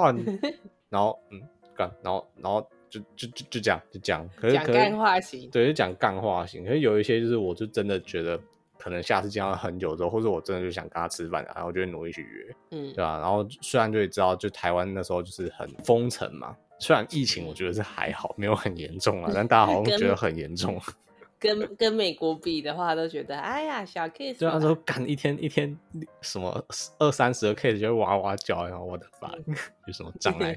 Speaker 1: 然后嗯干，然后然后就就就就这样就这样，可是
Speaker 2: 讲
Speaker 1: 可是
Speaker 2: 干话型，
Speaker 1: 对，就讲干话型。可是有一些就是，我就真的觉得可能下次见到他很久之后，或者我真的就想跟他吃饭，然后我就会努力去约，
Speaker 2: 嗯
Speaker 1: 对，吧、然后虽然就也知道，就台湾那时候就是很封城嘛，虽然疫情我觉得是还好，没有很严重啊，但大家好像
Speaker 2: 跟
Speaker 1: 觉得很严重。
Speaker 2: 跟跟美国比的话，都觉得哎呀小 case，
Speaker 1: 对啊，那时候
Speaker 2: 嘛
Speaker 1: 干一天一天什么二三十个 K 就会哇哇叫，然后我的妈，有什么障碍？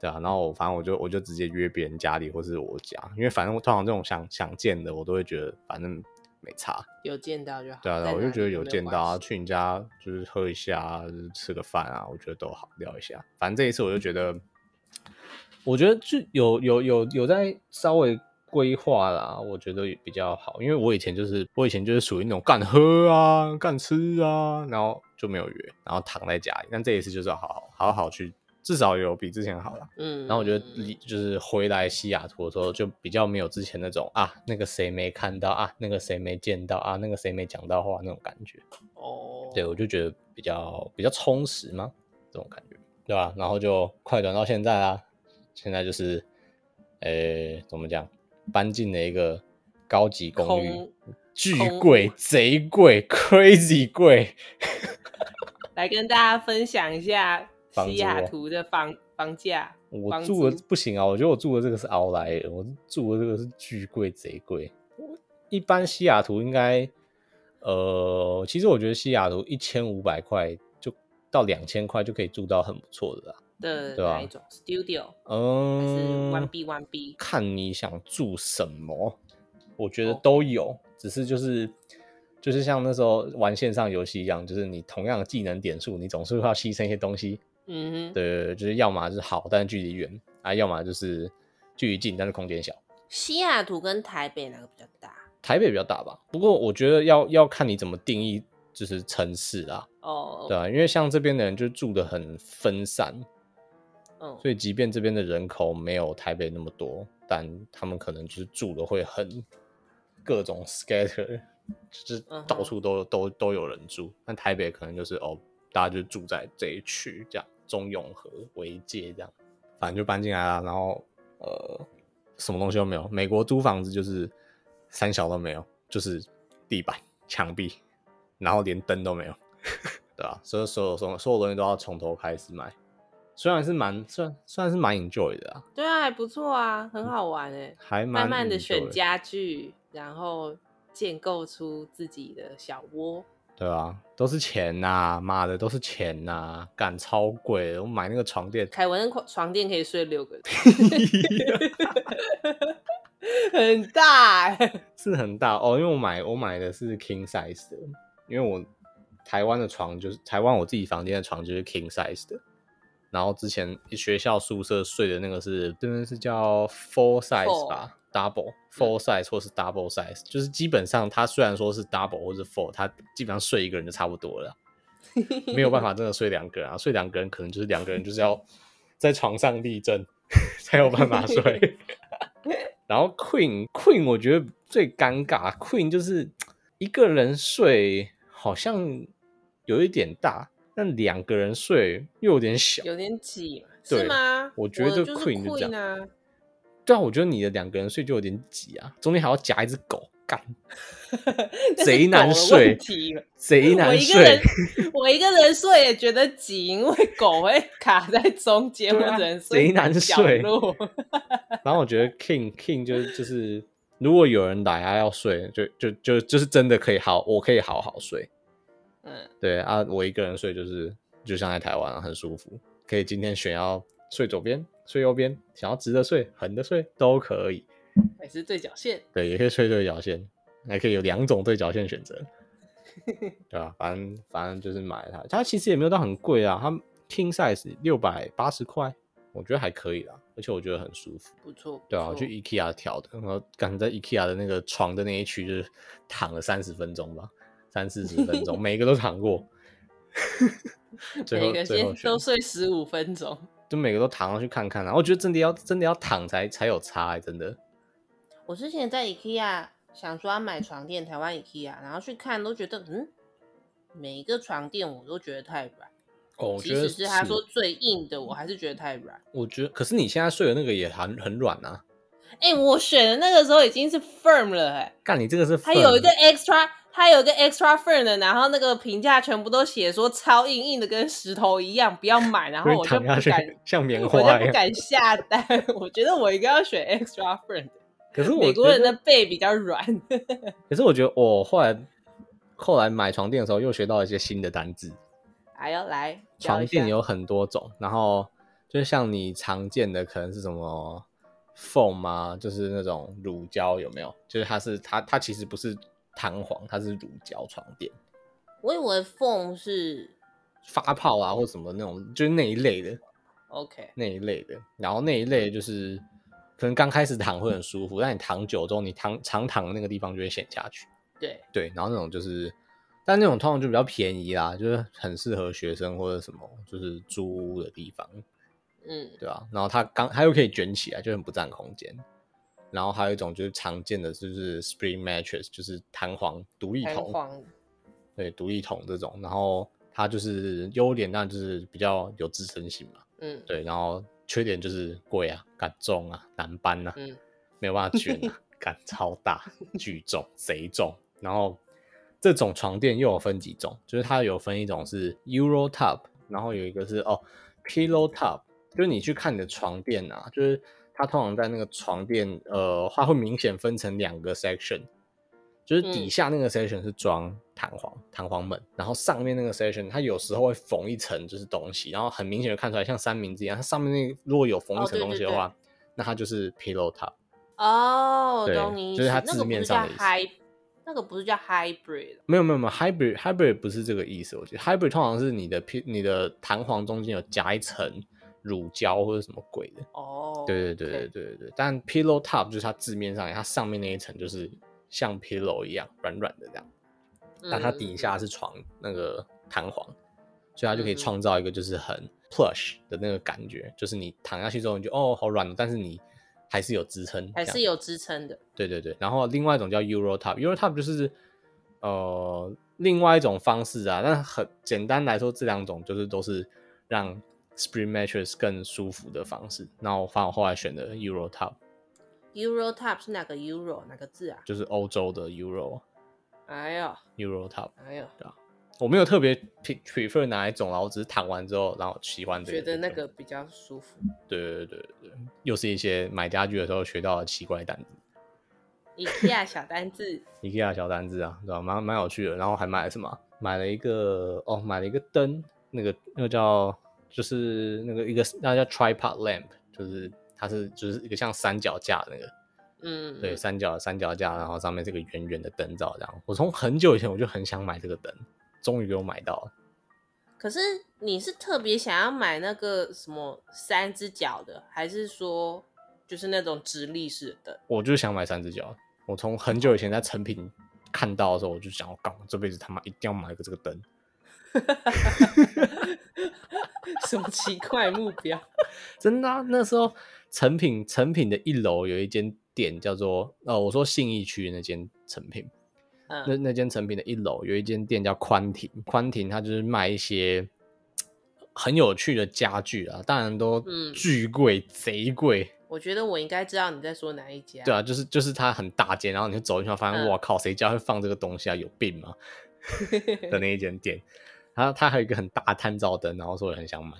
Speaker 1: 对啊，然后我反正我就我就直接约别人家里或是我家，因为反正我通常这种想想见的，我都会觉得反正没差。
Speaker 2: 有见到就好。
Speaker 1: 对啊，对
Speaker 2: 在
Speaker 1: 啊，我
Speaker 2: 哪
Speaker 1: 就觉得
Speaker 2: 里都
Speaker 1: 有
Speaker 2: 没
Speaker 1: 见到啊，
Speaker 2: 关系，
Speaker 1: 去你家就是喝一下啊，就是吃个饭啊，我觉得都好聊一下。反正这一次我就觉得，我觉得就有有有有在稍微规划啦，我觉得也比较好，因为我以前就是我以前就是属于那种干喝啊、干吃啊，然后就没有约，然后躺在家里。但这一次就是要好好好好去，至少有比之前好了。
Speaker 2: 嗯，
Speaker 1: 然后我觉得离就是回来西雅图的时候，就比较没有之前那种啊，那个谁没看到啊，那个谁没见到啊，那个谁没讲到话那种感觉。
Speaker 2: 哦，
Speaker 1: 对，我就觉得比较比较充实嘛，这种感觉，对吧、然后就快转到现在啦，现在就是，呃，怎么讲，搬进了一个高级公寓
Speaker 2: 空，
Speaker 1: 巨
Speaker 2: 空
Speaker 1: 贵，贼贵，crazy 贵。
Speaker 2: 来跟大家分享一下
Speaker 1: 房
Speaker 2: 西
Speaker 1: 租
Speaker 2: 雅
Speaker 1: 哦
Speaker 2: 图的房房价。
Speaker 1: 我
Speaker 2: 房
Speaker 1: 住的
Speaker 2: 租
Speaker 1: 不行啊，我觉得我住的这个是熬来的，我住的这个是巨贵贼贵。一般西雅图应该，呃，其实我觉得西雅图一千五百块就到两千块就可以住到很不错的啦。
Speaker 2: 的
Speaker 1: 对啊
Speaker 2: 哪一种 studio 还是
Speaker 1: 嗯，
Speaker 2: one b one b？
Speaker 1: 看你想住什么，我觉得
Speaker 2: 哦
Speaker 1: 都有，只是就是就是像那时候玩线上游戏一样，就是你同样的技能点数，你总是会要牺牲一些东西。
Speaker 2: 嗯哼，
Speaker 1: 对，就是要么就是好，但是距离远啊，要么就是距离近，但是空间小。
Speaker 2: 西雅图跟台北哪个比较大？
Speaker 1: 台北比较大吧，不过我觉得要要看你怎么定义，就是城市啊，
Speaker 2: 哦，
Speaker 1: 对啊，因为像这边的人就住的很分散，
Speaker 2: 嗯，
Speaker 1: 啊所以即便这边的人口没有台北那么多，但他们可能就是住的会很各种 scatter，就是
Speaker 2: 嗯哼
Speaker 1: 到处都、都都有人住。但台北可能就是哦，大家就住在这一区，这样中永和为界这样，反正就搬进来了。然后呃，什么东西都没有。美国租房子就是三小都没有，就是地板、墙壁，然后连灯都没有， 对吧、所以所有所有所有东西都要从头开始买。虽然是蛮虽然虽然是蛮 enjoy 的啊，
Speaker 2: 对啊，还不错啊，很好玩哎、
Speaker 1: 还嗯蛮
Speaker 2: 慢慢的
Speaker 1: enjoy
Speaker 2: 选，家具，然后建构出自己的小窝。，
Speaker 1: 对啊，都是钱呐、妈的都是钱呐、干超贵的，我买那个床垫
Speaker 2: 凯文的床床垫可以睡六个人，很大、欸。
Speaker 1: 是很大哦，因为我买我买的是 king size 的，因为我台湾的床就是台湾我自己房间的床就是 king size 的，然后之前学校宿舍睡的那个是这边是叫 full size
Speaker 2: Full
Speaker 1: 吧，double full size 或是 double size，就是基本上它虽然说是 double 或是 full，它基本上睡一个人就差不多了，没有办法真的睡两个人啊，睡两个人可能就是两个人就是要 在床上地震 才有办法睡。 然后 Queen Queen 我觉得最尴尬，Queen 就是一个人睡好像有一点大，但两个人睡又有点小。
Speaker 2: 有点挤嘛，
Speaker 1: 对
Speaker 2: 是吗？
Speaker 1: 我觉得
Speaker 2: 就是
Speaker 1: Queen 就这
Speaker 2: Queen 啊，
Speaker 1: 对啊，我觉得你的两个人睡就有点挤啊，中间还要夹一只狗，干
Speaker 2: 那是
Speaker 1: 贼难
Speaker 2: 狗的
Speaker 1: 睡
Speaker 2: 问题了
Speaker 1: 贼难
Speaker 2: 我一个
Speaker 1: 睡
Speaker 2: 人。，我一个人睡也觉得挤，因为狗会卡在中间，
Speaker 1: 对啊
Speaker 2: 我只能
Speaker 1: 贼
Speaker 2: 睡
Speaker 1: 难
Speaker 2: 在角
Speaker 1: 睡
Speaker 2: 落
Speaker 1: 然后我觉得 King King 就是就是，如果有人来啊他要睡，就就就就是真的可以好，我可以好好睡。
Speaker 2: 嗯，
Speaker 1: 对啊，我一个人睡就是就像在台湾、啊、很舒服，可以今天选要睡左边、睡右边，想要直的睡、横的睡都可以。
Speaker 2: 也是对角线。
Speaker 1: 对，也可以睡对角线，还可以有两种对角线选择，对吧、反正反正就是买它，它其实也没有到很贵啊，它 King size 六百八十块，我觉得还可以啦，而且我觉得很舒服。
Speaker 2: 不错，
Speaker 1: 对啊，
Speaker 2: 不
Speaker 1: 我
Speaker 2: 错
Speaker 1: 去 IKEA 调的，然后赶在 IKEA 的那个床的那一区，就是躺了三十分钟吧，三四十分 钟，每一个都躺过。 最
Speaker 2: 每
Speaker 1: 后
Speaker 2: 个
Speaker 1: 最后
Speaker 2: 先
Speaker 1: 选
Speaker 2: 都睡十五分钟。
Speaker 1: 就每个都躺上去看看啊，我觉得真的要真的要躺才才有差、欸，真的。
Speaker 2: 我之前在 IKEA 想说要买床垫，台湾 IKEA，然后去看都觉得，嗯，每一个床垫我都觉得太软，
Speaker 1: 哦，我
Speaker 2: 即
Speaker 1: 觉得
Speaker 2: 使是他说，最硬的，我还是觉得太软。
Speaker 1: 我觉得，可是你现在睡的那个也很很软啊。
Speaker 2: 哎、我选的那个时候已经是 firm 了、哎，
Speaker 1: 干，你这个是啊
Speaker 2: 它有一个
Speaker 1: firm
Speaker 2: extra，它有一个 extra firm 的，然后那个评价全部都写说超硬硬的，跟石头一样，不要买，然后
Speaker 1: 会
Speaker 2: 我就
Speaker 1: 躺
Speaker 2: 不
Speaker 1: 下去
Speaker 2: 敢，
Speaker 1: 像
Speaker 2: 我
Speaker 1: 棉
Speaker 2: 就
Speaker 1: 花一
Speaker 2: 不
Speaker 1: 样。
Speaker 2: 敢下单。我觉得我应该要选 extra firm 的，
Speaker 1: 可是我
Speaker 2: 美
Speaker 1: 觉
Speaker 2: 国人
Speaker 1: 得，
Speaker 2: 的背比较软。
Speaker 1: 可是我觉得我后来后来买床垫的时候，又学到一些新的单字。
Speaker 2: 哎呦，来
Speaker 1: 床垫
Speaker 2: 有。
Speaker 1: 有很多种，然后就像你常见的可能是什么 foam 啊，就是那种乳胶有没有？就是它是它它其实不是弹簧，它是乳胶床垫，
Speaker 2: 我以为缝是
Speaker 1: 发泡啊或什么那种，就是那一类的
Speaker 2: OK，
Speaker 1: 那一类的。然后那一类就是可能刚开始躺会很舒服，但你躺久之后，你躺常躺的那个地方就会陷下去。
Speaker 2: 对，
Speaker 1: 对，然后那种就是，但那种通常就比较便宜啦，就是很适合学生或者什么，就是租屋的地方。
Speaker 2: 嗯，
Speaker 1: 对啊，然后它刚它又可以卷起来，就很不占空间。然后还有一种就是常见的，就是 spring mattress，就是弹簧独立
Speaker 2: 弹
Speaker 1: 筒，
Speaker 2: 簧，
Speaker 1: 对，独立筒这种。然后它就是优点，那就是比较有支撑性嘛，
Speaker 2: 嗯，
Speaker 1: 对。然后缺点就是贵啊，干重啊，难搬呐、啊，
Speaker 2: 嗯
Speaker 1: 没有办法卷 啊，干超大，巨重，贼重。然后这种床垫又有分几种，就是它有分一种是 Euro Top，然后有一个是哦 Pillow Top，就是你去看你的床垫啊，就是它通常在那个床垫呃，它会明显分成两个 section，就是底
Speaker 2: 嗯
Speaker 1: 下那个 section 是装弹簧弹簧门，然后上面那个 section 它有时候会缝一层就是东西，然后很明显的看出来像三明治一样，它上面那个如果有缝一
Speaker 2: 哦
Speaker 1: 层
Speaker 2: 对
Speaker 1: 东
Speaker 2: 对
Speaker 1: 西的
Speaker 2: 对
Speaker 1: 话，那它就是 Pillow Top。
Speaker 2: 哦，我
Speaker 1: 对
Speaker 2: 懂你意
Speaker 1: 就
Speaker 2: 思，
Speaker 1: 是它
Speaker 2: 那
Speaker 1: 字
Speaker 2: 个不
Speaker 1: 面
Speaker 2: 是
Speaker 1: 上
Speaker 2: 叫
Speaker 1: 的意思
Speaker 2: high，那个不是叫 hybrid，
Speaker 1: 没有没有没有，hybrid hybrid 不是这个意思。我觉得 hybrid 通常是你的皮你的弹簧中间有夹一层乳胶或者什么鬼的。
Speaker 2: 哦，
Speaker 1: 对对对对
Speaker 2: OK，
Speaker 1: 对对对。但 pillow top 就是它字面上它上面那一层就是像 pillow 一样软软的这样，但它
Speaker 2: 嗯
Speaker 1: 底下是床那个弹簧，所以它就可以
Speaker 2: 嗯嗯
Speaker 1: 创造一个就是很 plush 的那个感觉，就是你躺下去之后你就哦好软哦，但是你还是有支撑，
Speaker 2: 还
Speaker 1: 这样
Speaker 2: 是有支撑的，
Speaker 1: 对对对，然后另外一种叫 Euro Top，Euro Top 就是呃另外一种方式啊，但很简单来说，这两种就是都是让 Spring Mattress 更舒服的方式。那我反而后来选的 Euro Top，
Speaker 2: Euro Top 是哪个 Euro 哪个字啊？
Speaker 1: 就是欧洲的 Euro
Speaker 2: 哎呦
Speaker 1: Euro Top。
Speaker 2: 哎呦，
Speaker 1: 我没有特别 pre- prefer 哪一种啦，我只是躺完之后，然后喜欢这个
Speaker 2: 觉
Speaker 1: 就
Speaker 2: 得
Speaker 1: 用。
Speaker 2: 那个比较舒服。
Speaker 1: 对对对对对，又是一些买家具的时候学到的奇怪单词
Speaker 2: IKEA 小单字，
Speaker 1: ，IKEA 小单字啊，对吧、蛮蛮有趣的。然后还买了什么？买了一个哦，买了一个灯，那个那个叫就是那个一个那叫 tripod lamp，就是它是就是一个像三脚架的那个，
Speaker 2: 嗯，
Speaker 1: 对，
Speaker 2: 嗯，
Speaker 1: 三角三脚架，然后上面这个圆圆的灯罩这样。我从很久以前我就很想买这个灯，终于给我买到了。
Speaker 2: 可是你是特别想要买那个什么三只脚的，还是说就是那种直立式的？
Speaker 1: 我就想买三只脚。我从很久以前在成品看到的时候，我就想，我搞，这辈子他妈一定要买一个这个灯。
Speaker 2: 什么奇怪目标？
Speaker 1: 真的、啊，那时候成品成品的一楼有一间店叫做呃，我说信义区那间成品，那
Speaker 2: 嗯
Speaker 1: 那间成品的一楼有一间店叫宽庭，宽庭它就是卖一些很有趣的家具啊，当然都
Speaker 2: 嗯
Speaker 1: 巨贵、贼贵。
Speaker 2: 我觉得我应该知道你在说哪一家。
Speaker 1: 对啊，就是就是它很大间，然后你就走进去发现，
Speaker 2: 嗯
Speaker 1: 哇靠，谁家会放这个东西啊？有病吗？的那一间店，它它还有一个很大的探照灯，然后说我很想买，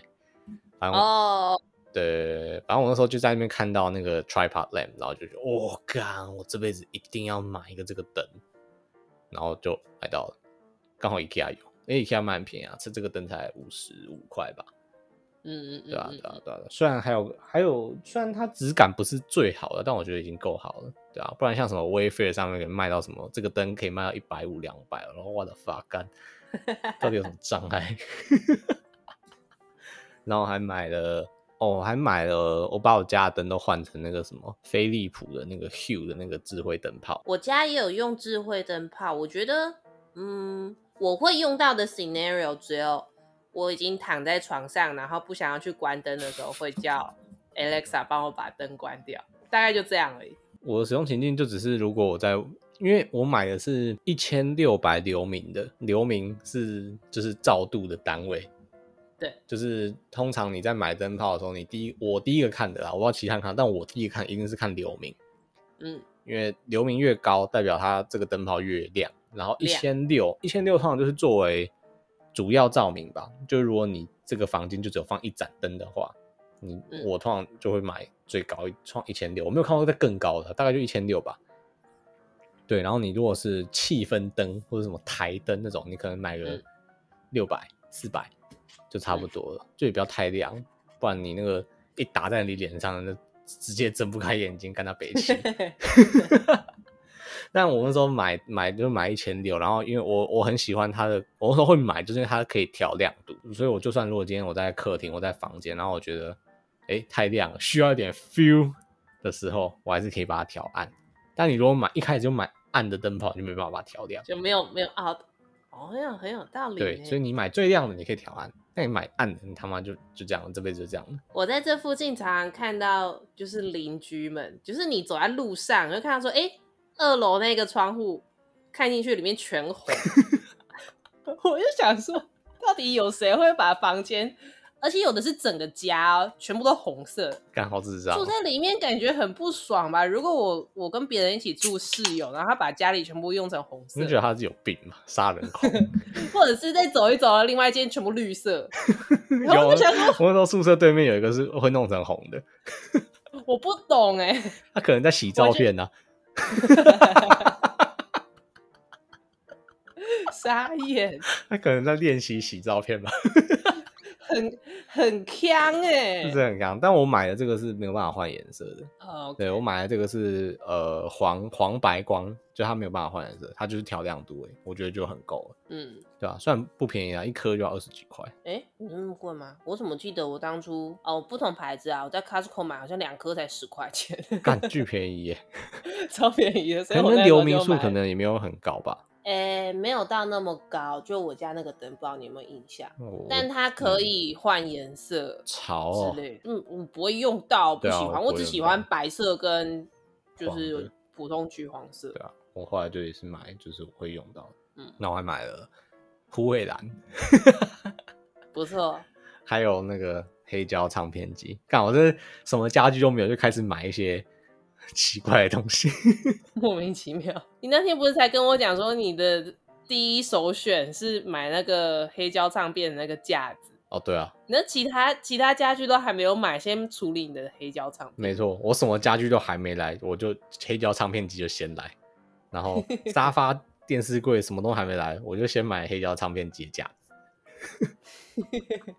Speaker 1: 反正我、
Speaker 2: 哦，
Speaker 1: 对，反正我那时候就在那边看到那个 tripod lamp，然后就觉得，我、干，我这辈子一定要买一个这个灯，然后就买到了，刚好 IKEA 有，因为 IKEA 卖很便宜啊，吃这个灯才五十五块吧，
Speaker 2: 嗯嗯嗯，
Speaker 1: 对啊
Speaker 2: 嗯
Speaker 1: 对啊对啊，虽然还有还有，虽然它质感不是最好的，但我觉得已经够好了，对啊，不然像什么 Wayfair 上面可以卖到什么这个灯可以卖到一百五两百，然后我的 fuck 干，到底有什么障碍？ 然后还买了哦，还买了，我把我家的灯都换成那个什么飞利浦的那个 Hue 的那个智慧灯泡，
Speaker 2: 我家也有用智慧灯泡，我觉得，嗯，我会用到的 scenario 只有我已经躺在床上，然后不想要去关灯的时候，会叫 Alexa 帮我把灯关掉，大概就这样而已。
Speaker 1: 我的使用情境就只是如果我在，因为我买的是一千六百流明的，流明是就是照度的单位。
Speaker 2: 对，
Speaker 1: 就是通常你在买灯泡的时候，你第一我第一个看的啦，我不知道其他人看，但我第一个看一定是看流明，
Speaker 2: 嗯，
Speaker 1: 因为流明越高，代表它这个灯泡越亮。然后一
Speaker 2: 亮
Speaker 1: 千六，一千六通常就是作为主要照明吧。就如果你这个房间就只有放一盏灯的话，你、
Speaker 2: 嗯
Speaker 1: 我通常就会买最高一创一千六，我没有看过再更高的，大概就一千六吧。对，然后你如果是气氛灯或者什么台灯那种，你可能买个
Speaker 2: 嗯
Speaker 1: 六百、四百就差不多了，就也不要太亮，不然你那个一打在你脸上，那直接睁不开眼睛，干到北齐。但我那时候买买就买一千六，然后因为我我很喜欢它的，我那时候会买，就是因为它可以调亮度，所以我就算如果今天我在客厅，我在房间，然后我觉得诶太亮了，需要一点 feel 的时候，我还是可以把它调暗。但你如果买一开始就买暗的灯泡，你就没办法把它调亮。
Speaker 2: 就没有没有啊，哦，很有很有道理
Speaker 1: 对，
Speaker 2: 呢。
Speaker 1: 所以你买最亮的你可以调暗，那你买暗的你他妈就就这样，这辈子就这样了。
Speaker 2: 我在这附近常常看到，就是邻居们，就是你走在路上，你会看到说，哎、二楼那个窗户看进去，里面全 红。我就想说，到底有谁会把房间，而且有的是整个家、哦、全部都红色，
Speaker 1: 干好智障
Speaker 2: 住
Speaker 1: 哦，
Speaker 2: 在里面感觉很不爽吧？如果我我跟别人一起住室友，然后他把家里全部用成红色
Speaker 1: 你觉，得他是有病吗？杀人狂？
Speaker 2: 或者是再走一走，另外一间全部绿色，然后
Speaker 1: 有， 啊
Speaker 2: 我就想说，
Speaker 1: 我那时候宿舍对面有一个是会弄成红的，
Speaker 2: 我不懂哎、
Speaker 1: 他可能在洗照片呢、啊
Speaker 2: 傻眼。
Speaker 1: 他可能在练习洗照片吧，
Speaker 2: 很很呛 哎、
Speaker 1: 是很刚。但我买的这个是没有办法换颜色的，
Speaker 2: 哦
Speaker 1: 对我买的这个是呃黄黄白光，就它没有办法换颜色，它就是调亮度哎、我觉得就很够了，
Speaker 2: 嗯，
Speaker 1: 对吧、虽然不便宜啊，一颗就要二十几块，
Speaker 2: 哎、有那么贵吗？我怎么记得我当初哦，不同牌子啊，我在 Costco 买好像两颗才十块钱，
Speaker 1: 干巨便宜耶、
Speaker 2: 超便宜的。所以
Speaker 1: 可
Speaker 2: 我
Speaker 1: 能
Speaker 2: 那时
Speaker 1: 流
Speaker 2: 候
Speaker 1: 明
Speaker 2: 就
Speaker 1: 数
Speaker 2: 买
Speaker 1: 可能也没有很高吧，
Speaker 2: 哎、没有到那么高，就我家那个灯，不知道你有没有印象？
Speaker 1: 我
Speaker 2: 但它可以换颜色
Speaker 1: 潮嗯哦
Speaker 2: 之，类的，嗯，我不会用到，不
Speaker 1: 对啊
Speaker 2: 喜欢，
Speaker 1: 我不会
Speaker 2: 我只喜
Speaker 1: 用到
Speaker 2: 欢白色跟就
Speaker 1: 黄
Speaker 2: 是
Speaker 1: 的
Speaker 2: 普通橘黄色。
Speaker 1: 对啊，我后来就也是买，就是我会用到的，
Speaker 2: 嗯
Speaker 1: 那我还买了虎尾兰，
Speaker 2: 不错，
Speaker 1: 还有那个黑胶唱片机。干，我这什么家具都没有，就开始买一些 奇怪的东西。
Speaker 2: 莫名其妙。你那天不是才跟我讲说你的第一首选是买那个黑胶唱片的那个架子，
Speaker 1: 哦，对啊，
Speaker 2: 那其他其他家具都还没有买，先处理你的黑胶唱片。
Speaker 1: 没错，我什么家具都还没来，我就黑胶唱片机就先来，然后沙发、电视柜什么都还没来，我就先买黑胶唱片机的架子。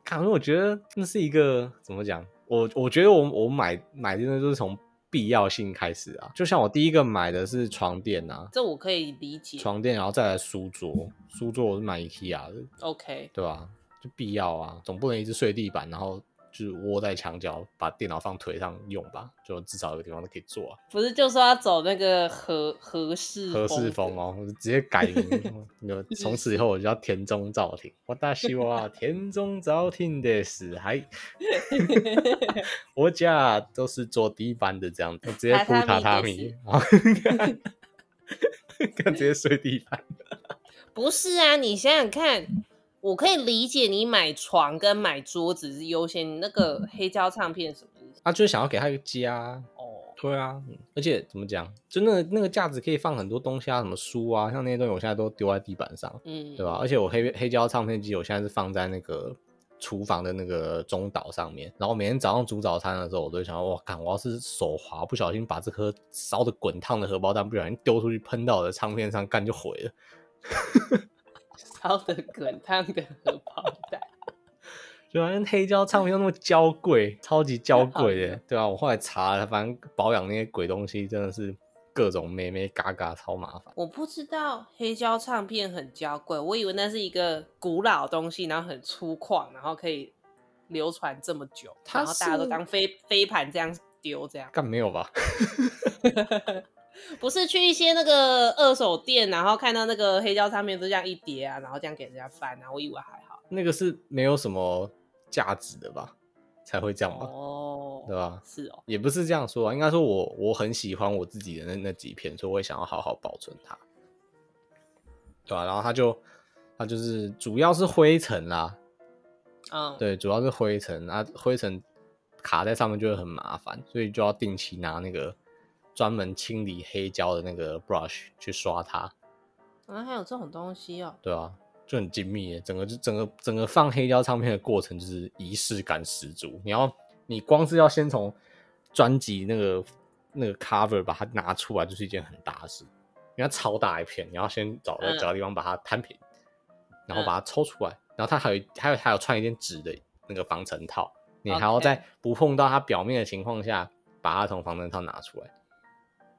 Speaker 1: 看，因为我觉得那是一个怎么讲？我我觉得我我买买真的就是从必要性开始啊，就像我第一个买的是床垫啊，
Speaker 2: 这我可以理解。
Speaker 1: 床垫，然后再来书桌，书桌我是买 IKEA 的，
Speaker 2: OK，
Speaker 1: 对吧、就必要啊，总不能一直睡地板，然后就是窝在墙角，把电脑放腿上用吧，就至少有个地方都可以坐啊。
Speaker 2: 不是就说要走那个合合适
Speaker 1: 合适风
Speaker 2: 格
Speaker 1: 哦，我直接改 名，就从此以后我就叫田中照廷。我大希望田中照廷的是还，我家都是做地板的这样，我直接铺榻榻
Speaker 2: 榻
Speaker 1: 米
Speaker 2: 米，
Speaker 1: 啊， 看直接睡地板。
Speaker 2: 不是啊，你想想看，我可以理解你买床跟买桌子是优先，你那个黑胶唱片什么的
Speaker 1: 啊，就是想要给他一个家。
Speaker 2: 哦，
Speaker 1: 对啊，嗯而且怎么讲，就那个那个架子可以放很多东西啊，什么书啊，像那些东西我现在都丢在地板上，
Speaker 2: 嗯，
Speaker 1: 对吧、而且我黑黑胶唱片机我现在是放在那个厨房的那个中岛上面，然后每天早上煮早餐的时候，我都会想到，哇，看我要是手滑不小心把这颗烧的滚烫的荷包蛋不小心丢出去喷到我的唱片上，干就毁了。
Speaker 2: 烧的滚烫的荷包蛋，
Speaker 1: 对啊，那黑胶唱片又那么娇贵，超级 娇贵
Speaker 2: 太好
Speaker 1: 的
Speaker 2: 了，
Speaker 1: 对啊，我后来查了，反正保养那些鬼东西真的是各种咩咩嘎嘎，超麻烦。
Speaker 2: 我不知道黑胶唱片很娇贵，我以为那是一个古老东西，然后很粗犷，然后可以流传这么久，
Speaker 1: 它
Speaker 2: 然后大家都
Speaker 1: 是
Speaker 2: 当飞飞盘这样丢这样。
Speaker 1: 干没有吧？
Speaker 2: 不是去一些那个二手店，然后看到那个黑胶唱片都这样一叠啊，然后这样给人家翻啊，我以为还好。
Speaker 1: 那个是没有什么价值的吧，才会这样吧，
Speaker 2: 哦，
Speaker 1: 对吧？
Speaker 2: 是哦，
Speaker 1: 也不是这样说啊，应该说我我很喜欢我自己的那那几片，所以我也想要好好保存它，对啊吧、然后它就它就是主要是灰尘啦，
Speaker 2: 嗯，，
Speaker 1: 对，主要是灰尘啊，灰尘卡在上面就会很麻烦，所以就要定期拿那个专门清理黑胶的那个 brush 去刷它，
Speaker 2: 啊，还有这种东西哦，
Speaker 1: 对啊，就很精密耶，整个就整个整个放黑胶唱片的过程就是仪式感十足。你要你光是要先从专辑那个那个 cover 把它拿出来，就是一件很大的事。你要超大一片，你要先找到
Speaker 2: 嗯
Speaker 1: 找个地方把它摊平，然后
Speaker 2: 嗯
Speaker 1: 把它抽出来，然后它还有一还有还有穿一件纸的那个防尘套，你还要
Speaker 2: OK
Speaker 1: 在不碰到它表面的情况下，把它从防尘套拿出来，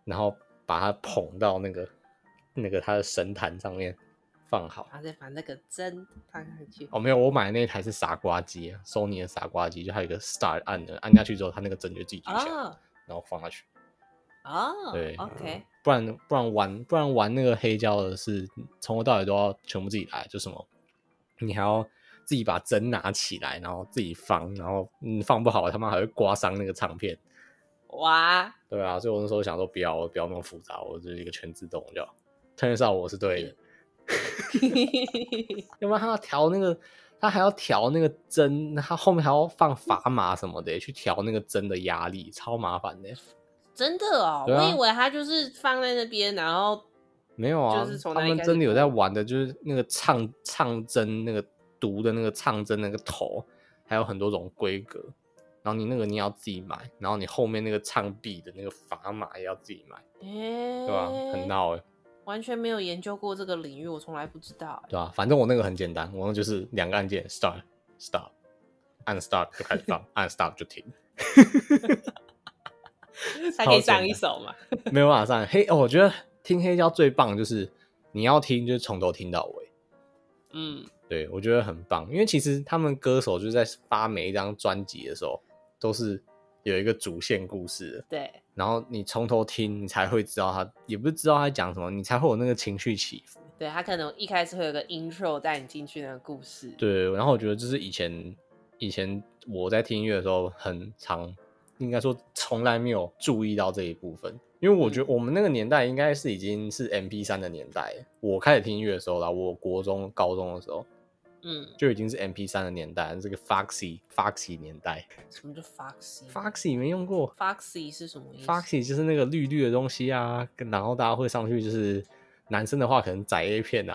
Speaker 1: 然后把它捧到那个那个它的神坛上面放好。
Speaker 2: 然后再把那个针放上去。
Speaker 1: 哦，没有，我买的那台是傻瓜机啊，Sony 的傻瓜机，就它有一个 start 按的，按下去之后，它那个针就自己举起来，
Speaker 2: 哦
Speaker 1: 然后放下去。
Speaker 2: 哦
Speaker 1: 对嗯
Speaker 2: ，OK，
Speaker 1: 不然不然玩不然玩那个黑胶的是从头到尾都要全部自己来，就什么你还要自己把针拿起来，然后自己放，然后嗯放不好他妈还会刮伤那个唱片。
Speaker 2: 哇，
Speaker 1: 对啊，所以我那时候想说不要我不要那么复杂，我就是一个全自动就好。turns out 我是对的，要不然他要调那个，他还要调那个针，他后面还要
Speaker 2: 嗯
Speaker 1: 放砝码什么的，去调那个针的压力，超麻烦的。
Speaker 2: 真的哦，
Speaker 1: 对啊
Speaker 2: 我以为它就是放在那边，然后
Speaker 1: 没有啊，
Speaker 2: 就是从
Speaker 1: 他
Speaker 2: 哪里
Speaker 1: 们
Speaker 2: 开始
Speaker 1: 真的有
Speaker 2: 读
Speaker 1: 在玩的，就是那个唱唱针那个毒的那个唱针那个头，还有很多种规格。然后你那个你要自己买，然后你后面那个唱臂的那个砝码也要自己买，
Speaker 2: 哎，
Speaker 1: 对吧、很，闹哎、
Speaker 2: 完全没有研究过这个领域，我从来不知道欸。
Speaker 1: 对吧、反正我那个很简单，我那就是两个按键，start stop，按 start 就开始放， 按 stop 就停。
Speaker 2: 还可
Speaker 1: 超
Speaker 2: 以
Speaker 1: 简
Speaker 2: 上一
Speaker 1: 单
Speaker 2: 首嘛？
Speaker 1: 没有办法上黑哦。我觉得听黑胶最棒的就是你要听，就是从头听到尾。
Speaker 2: 嗯，
Speaker 1: 对我觉得很棒，因为其实他们歌手就是在发每一张专辑的时候，都是有一个主线故事的，
Speaker 2: 对，
Speaker 1: 然后你从头听，你才会知道他，也不是知道他讲什么，你才会有那个情绪起伏。
Speaker 2: 对，它可能一开始会有个 intro 带你进去那个故事。
Speaker 1: 对，然后我觉得这是以前以前我在听音乐的时候，很常应该说从来没有注意到这一部分，因为我
Speaker 2: 嗯
Speaker 1: 觉得我们那个年代应该是已经是 M P 三的年代了。我开始听音乐的时候啦，我国中、高中的时候
Speaker 2: 嗯，
Speaker 1: 就已经是 M P 三的年代，这个 Foxy Foxy 年代
Speaker 2: 什么叫 Foxy？
Speaker 1: ，Foxy 没用过
Speaker 2: Foxy 是什么意思
Speaker 1: ，Foxy 就是那个绿绿的东西啊，跟然后大家会上去就是。男生的话可能载 A 片啊，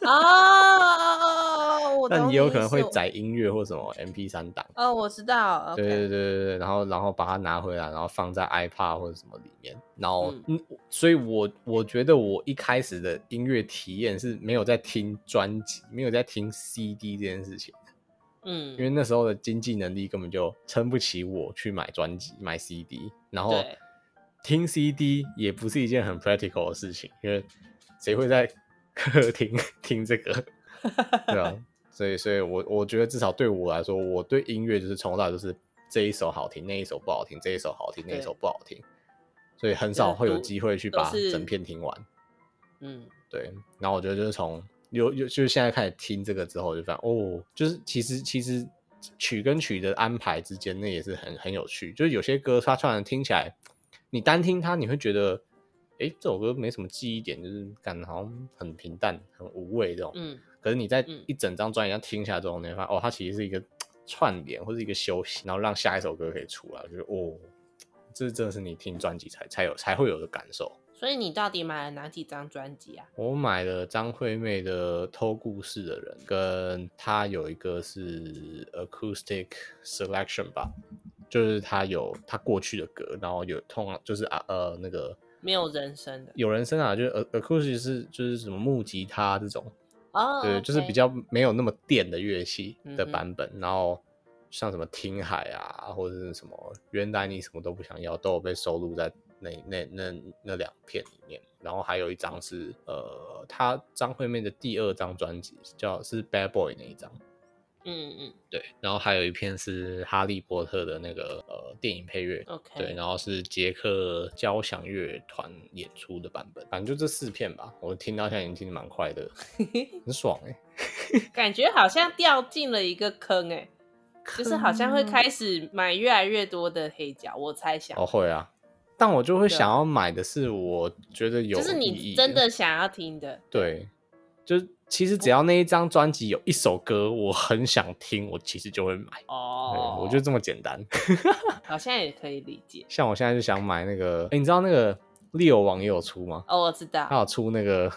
Speaker 2: 哦哦哦哦， 我
Speaker 1: 但
Speaker 2: 懂
Speaker 1: 也有
Speaker 2: 你
Speaker 1: 可能
Speaker 2: 意思
Speaker 1: 会
Speaker 2: 我
Speaker 1: 载音乐或什么 MP 三档。
Speaker 2: 哦，我知道。
Speaker 1: 对
Speaker 2: OK
Speaker 1: 对对对对，然后然后把它拿回来，然后放在 iPad 或者什么里面，然后
Speaker 2: 嗯
Speaker 1: 嗯，所以我我觉得我一开始的音乐体验是没有在听专辑，没有在听 CD 这件事情，
Speaker 2: 嗯，
Speaker 1: 因为那时候的经济能力根本就撑不起我去买专辑、买 CD，然后
Speaker 2: 对
Speaker 1: 听 CD 也不是一件很 practical 的事情，因为谁会在客厅听这个，对吧、啊所以，所以我我觉得至少对我来说，我对音乐就是从小就是这一首好听，那一首不好听，这一首好听，那一首不好听，所以很少会有
Speaker 2: 啊都
Speaker 1: 机会去
Speaker 2: 都
Speaker 1: 把
Speaker 2: 是
Speaker 1: 整片听完。
Speaker 2: 嗯，
Speaker 1: 对，然后我觉得就是从有有就是现在开始听这个之后，我就发现哦，就是其实其实曲跟曲的安排之间，那也是很很有趣。就是有些歌它突然听起来，你单听它，你会觉得，哎，这首歌没什么记忆点，就是感觉好像很平淡、很无味这种。
Speaker 2: 嗯，
Speaker 1: 可是你在
Speaker 2: 嗯
Speaker 1: 一整张专辑上听下来之后，你会发现哦，它其实是一个串联或是一个休息，然后让下一首歌可以出来，就是哦，这真的是你听专辑才才有才会有的感受。
Speaker 2: 所以你到底买了哪几张专辑啊？
Speaker 1: 我买了张惠妹的《偷故事的人》，跟她有一个是 Acoustic Selection 吧，就是她有她过去的歌，然后有通常就是啊呃那个
Speaker 2: 没有人声的
Speaker 1: 有人声啊，就是 A- Acoustic 是就是什么木吉他这种，
Speaker 2: 哦，
Speaker 1: 对，就是
Speaker 2: OK
Speaker 1: 比较没有那么电的乐器的
Speaker 2: 嗯哼
Speaker 1: 版本，然后像什么听海啊，或者是什么原来你什么都不想要，都有被收录在那那那那两片里面。然后还有一张是呃，他张惠妹的第二张专辑叫是 Bad Boy 那一张，
Speaker 2: 嗯嗯
Speaker 1: 对，然后还有一片是哈利波特的那个呃电影配乐。
Speaker 2: 哦，OK，
Speaker 1: 对，然后是捷克交响乐团演出的版本，反正就这四片吧。我听到现在已经听得蛮快 乐的，很爽哎、
Speaker 2: 感觉好像掉进了一个坑哎、就是好像会开始买越来越多的黑胶，我猜想，
Speaker 1: 哦，会啊，但我就会
Speaker 2: 对啊
Speaker 1: 想要买的是我觉得有
Speaker 2: 就是
Speaker 1: 意
Speaker 2: 你
Speaker 1: 义
Speaker 2: 真的想要听的，
Speaker 1: 对，就是其实只要那一张专辑有一首歌我很想听，我其实就会买。
Speaker 2: 哦，
Speaker 1: 对，我觉得这么简单。
Speaker 2: 好像也可以理解。
Speaker 1: 像我现在就想买那个，诶你知道那个利友网也有出吗？
Speaker 2: 哦，我知
Speaker 1: 他
Speaker 2: 道，
Speaker 1: 有出那个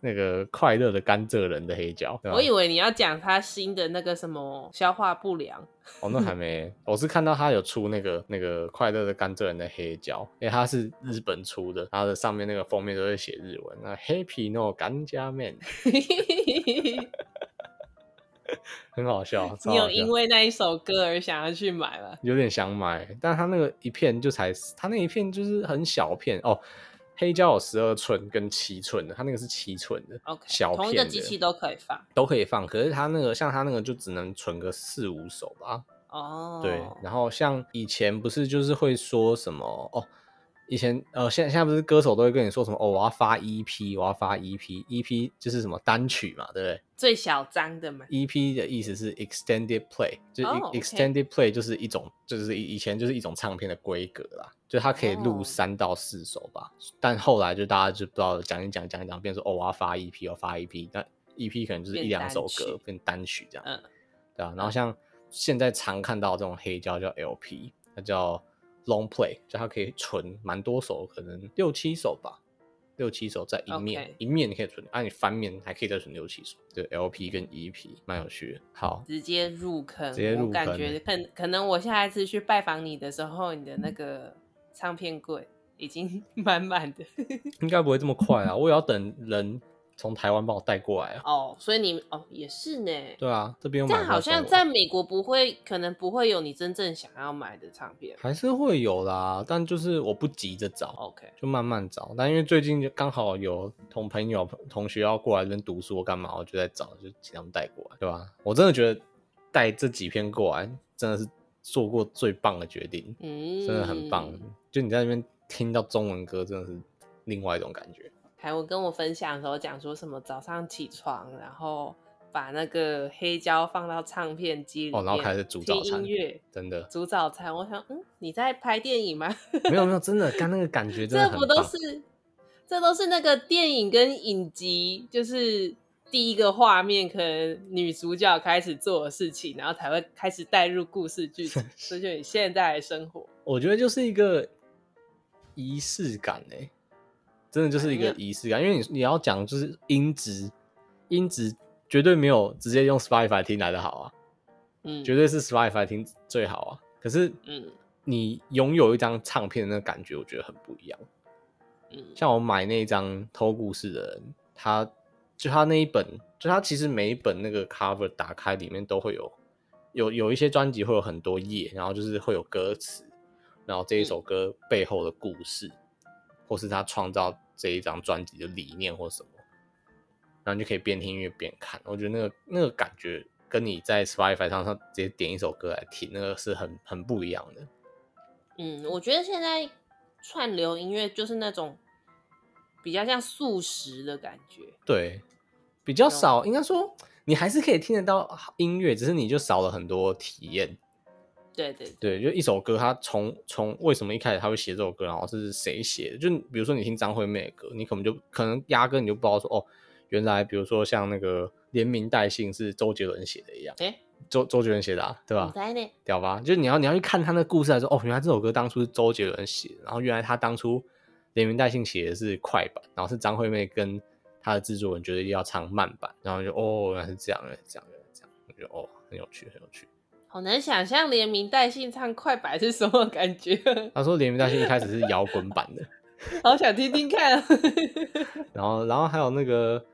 Speaker 1: 那个快乐的甘蔗人的黑胶，对吧啊
Speaker 2: 我以为你要讲他新的那个什么消化 不良，
Speaker 1: 哦，那还没，我是看到他有出那个那个快乐的甘蔗人的黑胶，因为它是日本出的，它的上面那个封面都会写日文，那 Happy No 甘蔗 Man。
Speaker 2: 你
Speaker 1: 很好笑，超好
Speaker 2: 有
Speaker 1: 笑
Speaker 2: 因为那一首歌而想要去买吗？
Speaker 1: 有点想买，但它那个一片就才，它那一片就是很小片哦。黑胶有十二寸跟七寸的，它那个是七寸的
Speaker 2: OK，
Speaker 1: 小
Speaker 2: 同
Speaker 1: 片
Speaker 2: 一
Speaker 1: 的
Speaker 2: 个机器都可以放
Speaker 1: 都可以放，可是它那个像它那个就只能存个四五首吧。
Speaker 2: 哦。
Speaker 1: 对，然后像以前不是就是会说什么哦，以前呃现在现在不是歌手都会跟你说什么哦，我要发 EP，我要发 EP，EP 就是什么单曲嘛，对不对？
Speaker 2: 最小张的嘛，
Speaker 1: EP E 的意思是 extended play，就是 e-
Speaker 2: 哦，OK
Speaker 1: extended play 就是一种，就是以以前就是一种唱片的规格啦，就它可以录
Speaker 2: 哦
Speaker 1: 三到四首吧。但后来就大家就不知道讲一讲讲一讲，变成说哦我要发 EP，要发 EP，那 EP 可能就是
Speaker 2: 变
Speaker 1: 一两
Speaker 2: 单
Speaker 1: 首
Speaker 2: 曲
Speaker 1: 歌变单曲这样，
Speaker 2: 嗯
Speaker 1: 对啊。然后像现在常看到这种黑胶叫 LP，它叫 long play，就它可以存蛮多首，可能六七首吧。六七首在一面
Speaker 2: OK
Speaker 1: 一面你可以存，啊，你翻面还可以再存六七首，对 LP 跟 EP，蛮有趣的。好，
Speaker 2: 直接入坑，
Speaker 1: 直接入
Speaker 2: 我感
Speaker 1: 坑
Speaker 2: 觉
Speaker 1: 欸嗯
Speaker 2: 可可能我下一次去拜访你的时候，你的那个唱片柜已经 满 满的
Speaker 1: 应该不会这么快啊，我也要等人从台湾帮我带过来啊。
Speaker 2: 哦，所以你哦也是呢，
Speaker 1: 对啊，这边有买
Speaker 2: 但
Speaker 1: 不到
Speaker 2: 好像
Speaker 1: 手
Speaker 2: 在美国不会，可能不会有你真正想要买的唱片。
Speaker 1: 还是会有啦，但就是我不急着找，
Speaker 2: OK，
Speaker 1: 就慢慢找。但因为最近就刚好有同朋友同学要过来这边读书或干嘛，我就在找，就请他们带过来，对吧、我真的觉得带这几篇过来真的是做过最棒的决定，
Speaker 2: 嗯，
Speaker 1: 真的很棒。就你在那边听到中文歌，真的是另外一种感觉。
Speaker 2: 凯文跟我分享的时候讲说什么早上起床，然后把那个黑胶放到唱片机里面，
Speaker 1: 哦然后开始煮
Speaker 2: 听
Speaker 1: 早餐
Speaker 2: 音乐。
Speaker 1: 真的
Speaker 2: 煮早餐，我想，嗯，你在拍电影吗？
Speaker 1: 没有没有，真的，刚那个感觉真的很
Speaker 2: 这
Speaker 1: 棒。
Speaker 2: 不都是，这都是那个电影跟影集，就是第一个画面，可能女主角开始做的事情，然后才会开始带入故事 剧情，这就是你现在的生活。
Speaker 1: 我觉得就是一个仪式感哎、真的就是一个仪式感，因为你你要讲就是音质，音质绝对没有直接用 Spotify 听来的好啊，
Speaker 2: 嗯，
Speaker 1: 绝对是 Spotify 听最好啊。可是
Speaker 2: 嗯
Speaker 1: 你拥有一张唱片的那个感觉，我觉得很不一样。
Speaker 2: 嗯
Speaker 1: 像我买那张偷故事的人，他就他那一本，就他其实每一本那个 cover 打开里面都会有有有一些专辑会有很多页，然后就是会有歌词，然后这一首歌背后的故事，或是他创造这一张专辑的理念或什么，然后你就可以边听音乐边看，我觉得那个那个感觉跟你在 Spotify 上上直接点一首歌来听，那个是很很不一样的。
Speaker 2: 嗯，我觉得现在串流音乐就是那种比较像素食的感觉。
Speaker 1: 对，比较
Speaker 2: 有
Speaker 1: 少，应该说你还是可以听得到音乐，只是你就少了很多体验。
Speaker 2: 对对对，
Speaker 1: 对，就一首歌，它从从为什么一开始他会写这首歌，然后是谁写的？就你比如说你听张惠妹的歌，你可能就可能压根你就不知道说哦，原来比如说像那个连名带姓是周杰伦写的一样，
Speaker 2: 哎、
Speaker 1: 周周杰伦写的、啊，对吧
Speaker 2: 你？猜呢？
Speaker 1: 屌吧？就是你要你要去看他那故事来说，哦，原来这首歌当初是周杰伦写的，然后原来他当初连名带姓写的是快板，然后是张惠妹跟他的制作人觉得要唱慢版，然后就哦原来是这样，原来是这样，原来是这样，我觉得哦很有趣，很有趣。
Speaker 2: 好难想象连名带姓唱快板是什么感觉，
Speaker 1: 他说连名带姓一开始是摇滚版的，
Speaker 2: 好想听听看、啊。
Speaker 1: 然后然后还有那个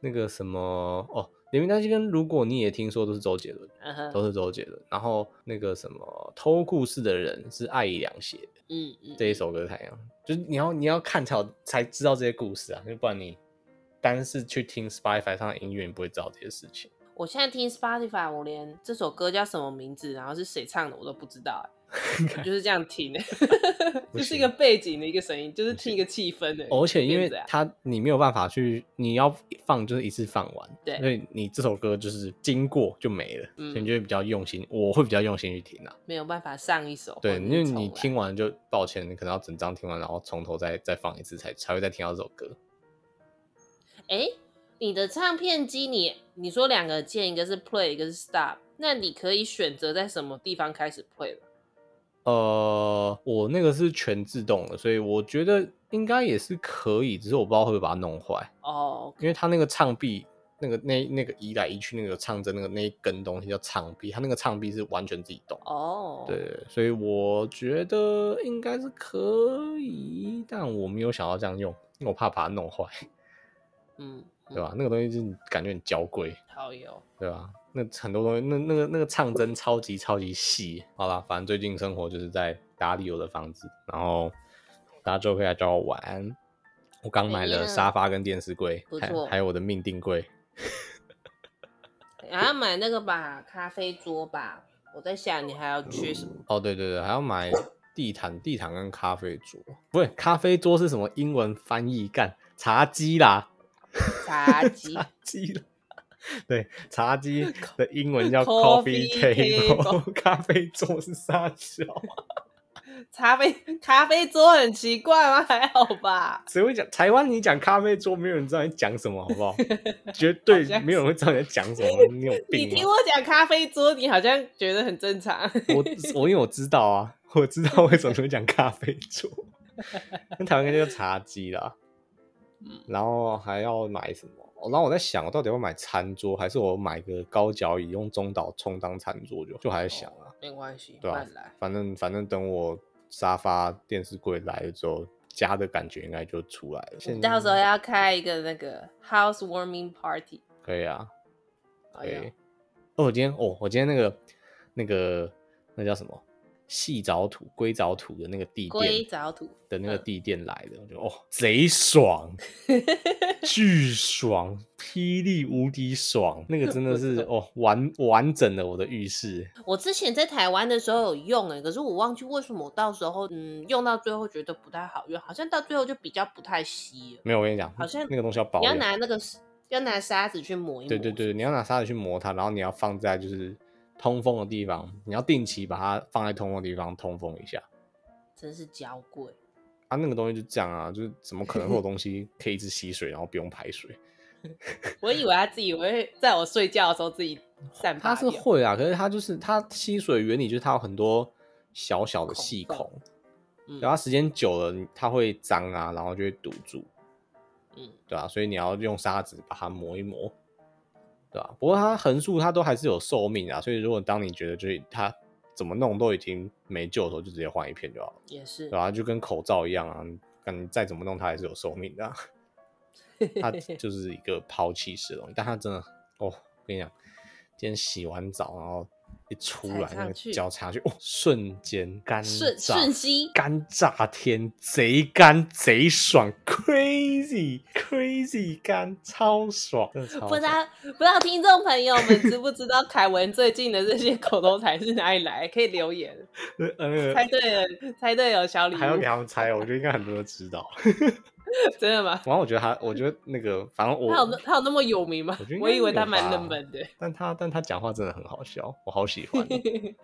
Speaker 1: 那个什么哦，连名带姓跟如果你也听说都是周杰伦，
Speaker 2: 嗯哼
Speaker 1: 都是周杰伦，然后那个什么偷故事的人是艾怡良写的。
Speaker 2: 嗯嗯，
Speaker 1: 这一首歌太阳，就是你要你要看才有才知道这些故事啊，要不然你单是去听 Spotify 上的音乐，你不会知道这些事 情。
Speaker 2: 我现在听 Spotify，我连这首歌叫什么名字，然后是谁唱的我都不知道、欸，就是这样 听、欸，
Speaker 1: 哎不
Speaker 2: 就是一
Speaker 1: 行哦
Speaker 2: 个背景的一个声音，就是听一个气氛的、
Speaker 1: 而且因为
Speaker 2: 这样
Speaker 1: 它你没有办法去，你要放就是一次放完，
Speaker 2: 对
Speaker 1: 所以你这首歌就是经过就没了，
Speaker 2: 嗯
Speaker 1: 所以你就会比较用心，我会比较用心去听啊。
Speaker 2: 没有办法上一首，
Speaker 1: 对，
Speaker 2: 或者
Speaker 1: 因
Speaker 2: 是
Speaker 1: 为
Speaker 2: 重
Speaker 1: 你
Speaker 2: 来
Speaker 1: 听完就抱歉，你可能要整张听完，然后从头再再放一次才才会再听到这首歌。
Speaker 2: 哎、你的唱片机你你说两个键，一个是 play，一个是 stop，那你可以选择在什么地方开始 play 了。
Speaker 1: 呃，我那个是全自动的，所以我觉得应该也是可以，只是我不知道会不会把它弄坏。
Speaker 2: 哦，
Speaker 1: 因为它那个唱臂，那个那那个移来移去那个唱针那个那一根东西叫唱臂，它那个唱臂是完全自己动。
Speaker 2: 哦，
Speaker 1: 对，对，所以我觉得应该是可以，但我没有想要这样用，因为我怕把它弄坏，
Speaker 2: 嗯，
Speaker 1: 对吧？那个东西就是感觉很娇贵，
Speaker 2: 嗯？好哟，
Speaker 1: 对吧？那很多东西，那那个那个唱针超级超级细。好啦，反正最近生活就是在打理我的房子，然后大家就可以来找我玩。我刚买
Speaker 2: 哎呀
Speaker 1: 了沙发跟电视柜
Speaker 2: 不，
Speaker 1: 还
Speaker 2: 错
Speaker 1: 还有我的命定柜。
Speaker 2: 然后买那个吧，咖啡桌吧。我在想你还要缺什么？
Speaker 1: 哦，对对对，还要买地毯、地毯跟咖啡桌。不是，咖啡桌是什么英文翻译？干茶几啦，
Speaker 2: 茶 几、
Speaker 1: 茶几啦。对，茶几的英文叫
Speaker 2: Coffee
Speaker 1: coffee table，咖 啡桌是沙小，啊
Speaker 2: 咖啡、咖啡桌很奇怪吗？还好吧。
Speaker 1: 谁会讲台湾？你讲咖啡桌，没有人知道你讲什么，好不好？绝对
Speaker 2: 好像是
Speaker 1: 没有人会知道你在讲什么，你有
Speaker 2: 你
Speaker 1: 病
Speaker 2: 听
Speaker 1: 吗？
Speaker 2: 我讲咖啡桌，你好像觉得很正常。
Speaker 1: 我 我因为我知道啊，我知道为什么会讲咖啡桌，那台湾应该叫茶几啦。
Speaker 2: 嗯
Speaker 1: 然后还要买什么？哦然后我在想，我到底要买餐桌，还是我买个高脚椅用中岛充当餐桌就？就还在想啊，
Speaker 2: 没关系，
Speaker 1: 对啊
Speaker 2: 慢来。
Speaker 1: 反正反正等我沙发、电视柜来了之后，家的感觉应该就出来了。
Speaker 2: 你到时候要开一个那个 housewarming party。
Speaker 1: 可以啊，
Speaker 2: 哎
Speaker 1: 可以
Speaker 2: 呀，。
Speaker 1: 哦，我今天哦，我今天那个那个那叫什么细藻土、硅藻土的那个地
Speaker 2: 硅
Speaker 1: 垫
Speaker 2: 藻土
Speaker 1: 的那个
Speaker 2: 嗯
Speaker 1: 地垫来的，我觉得哦，贼 爽，巨爽，霹雳无敌爽，那个真的 是哦，完完整的我的浴室。
Speaker 2: 我之前在台湾的时候有用哎、可是我忘记为什么我到时候嗯用到最后觉得不太好用，好像到最后就比较不太吸了。
Speaker 1: 没有，我跟你讲，
Speaker 2: 好像
Speaker 1: 那个东西要保
Speaker 2: 你要
Speaker 1: 养，
Speaker 2: 拿那个要拿沙子去抹一抹，
Speaker 1: 对对，对，你要拿沙子去磨它，然后你要放在就是通风的地方，你要定期把它放在通风的地方通风一下。
Speaker 2: 真是娇贵。
Speaker 1: 啊，那个东西就这样啊，就是怎么可能会有东西可以一直吸水，然后不用排水？
Speaker 2: 我以为他自己会在我睡觉的时候自己散发
Speaker 1: 它是
Speaker 2: 掉，
Speaker 1: 会啊，可是它就是它吸水原理就是它有很多小小的
Speaker 2: 孔
Speaker 1: 细
Speaker 2: 洞
Speaker 1: 孔，
Speaker 2: 嗯
Speaker 1: 然后时间久了你它会脏啊，然后就会堵住，
Speaker 2: 嗯，
Speaker 1: 对啊，所以你要用沙子把它磨一磨，对吧、不过它横竖它都还是有寿命啊，所以如果当你觉得就是它怎么弄都已经没救的时候，就直接换一片就好了，
Speaker 2: 也是
Speaker 1: 对。吧、就跟口罩一样啊，但你再怎么弄它还是有寿命的啊、 它就是一个抛弃式的东西，但它真的哦，我跟你讲，今天洗完澡然后一一出
Speaker 2: 踩
Speaker 1: 来
Speaker 2: 上
Speaker 1: 那个
Speaker 2: 去
Speaker 1: 脚插去，哦，瞬间干
Speaker 2: 瞬
Speaker 1: 炸，
Speaker 2: 瞬息，
Speaker 1: 干炸天，贼干贼爽，crazy crazy 干，超爽，真的超
Speaker 2: 不知
Speaker 1: 爽。
Speaker 2: 道不知道听众朋友们知不知道凯文最近的这些口头禅是哪里来？可以留言，
Speaker 1: 呃，那
Speaker 2: 猜
Speaker 1: 个
Speaker 2: 对了，猜对了，小礼物
Speaker 1: 还要给他们猜，我觉得应该很多人都知 道。
Speaker 2: 真的吗？
Speaker 1: 然后我觉得他，我觉得那个，反正
Speaker 2: 他有那
Speaker 1: 我，
Speaker 2: 他有那么有名吗
Speaker 1: 我觉得？应
Speaker 2: 我
Speaker 1: 该
Speaker 2: 以为
Speaker 1: 有
Speaker 2: 他蛮
Speaker 1: 吧
Speaker 2: 冷门的。
Speaker 1: 但他但他讲话真的很好笑，我好喜 欢哦。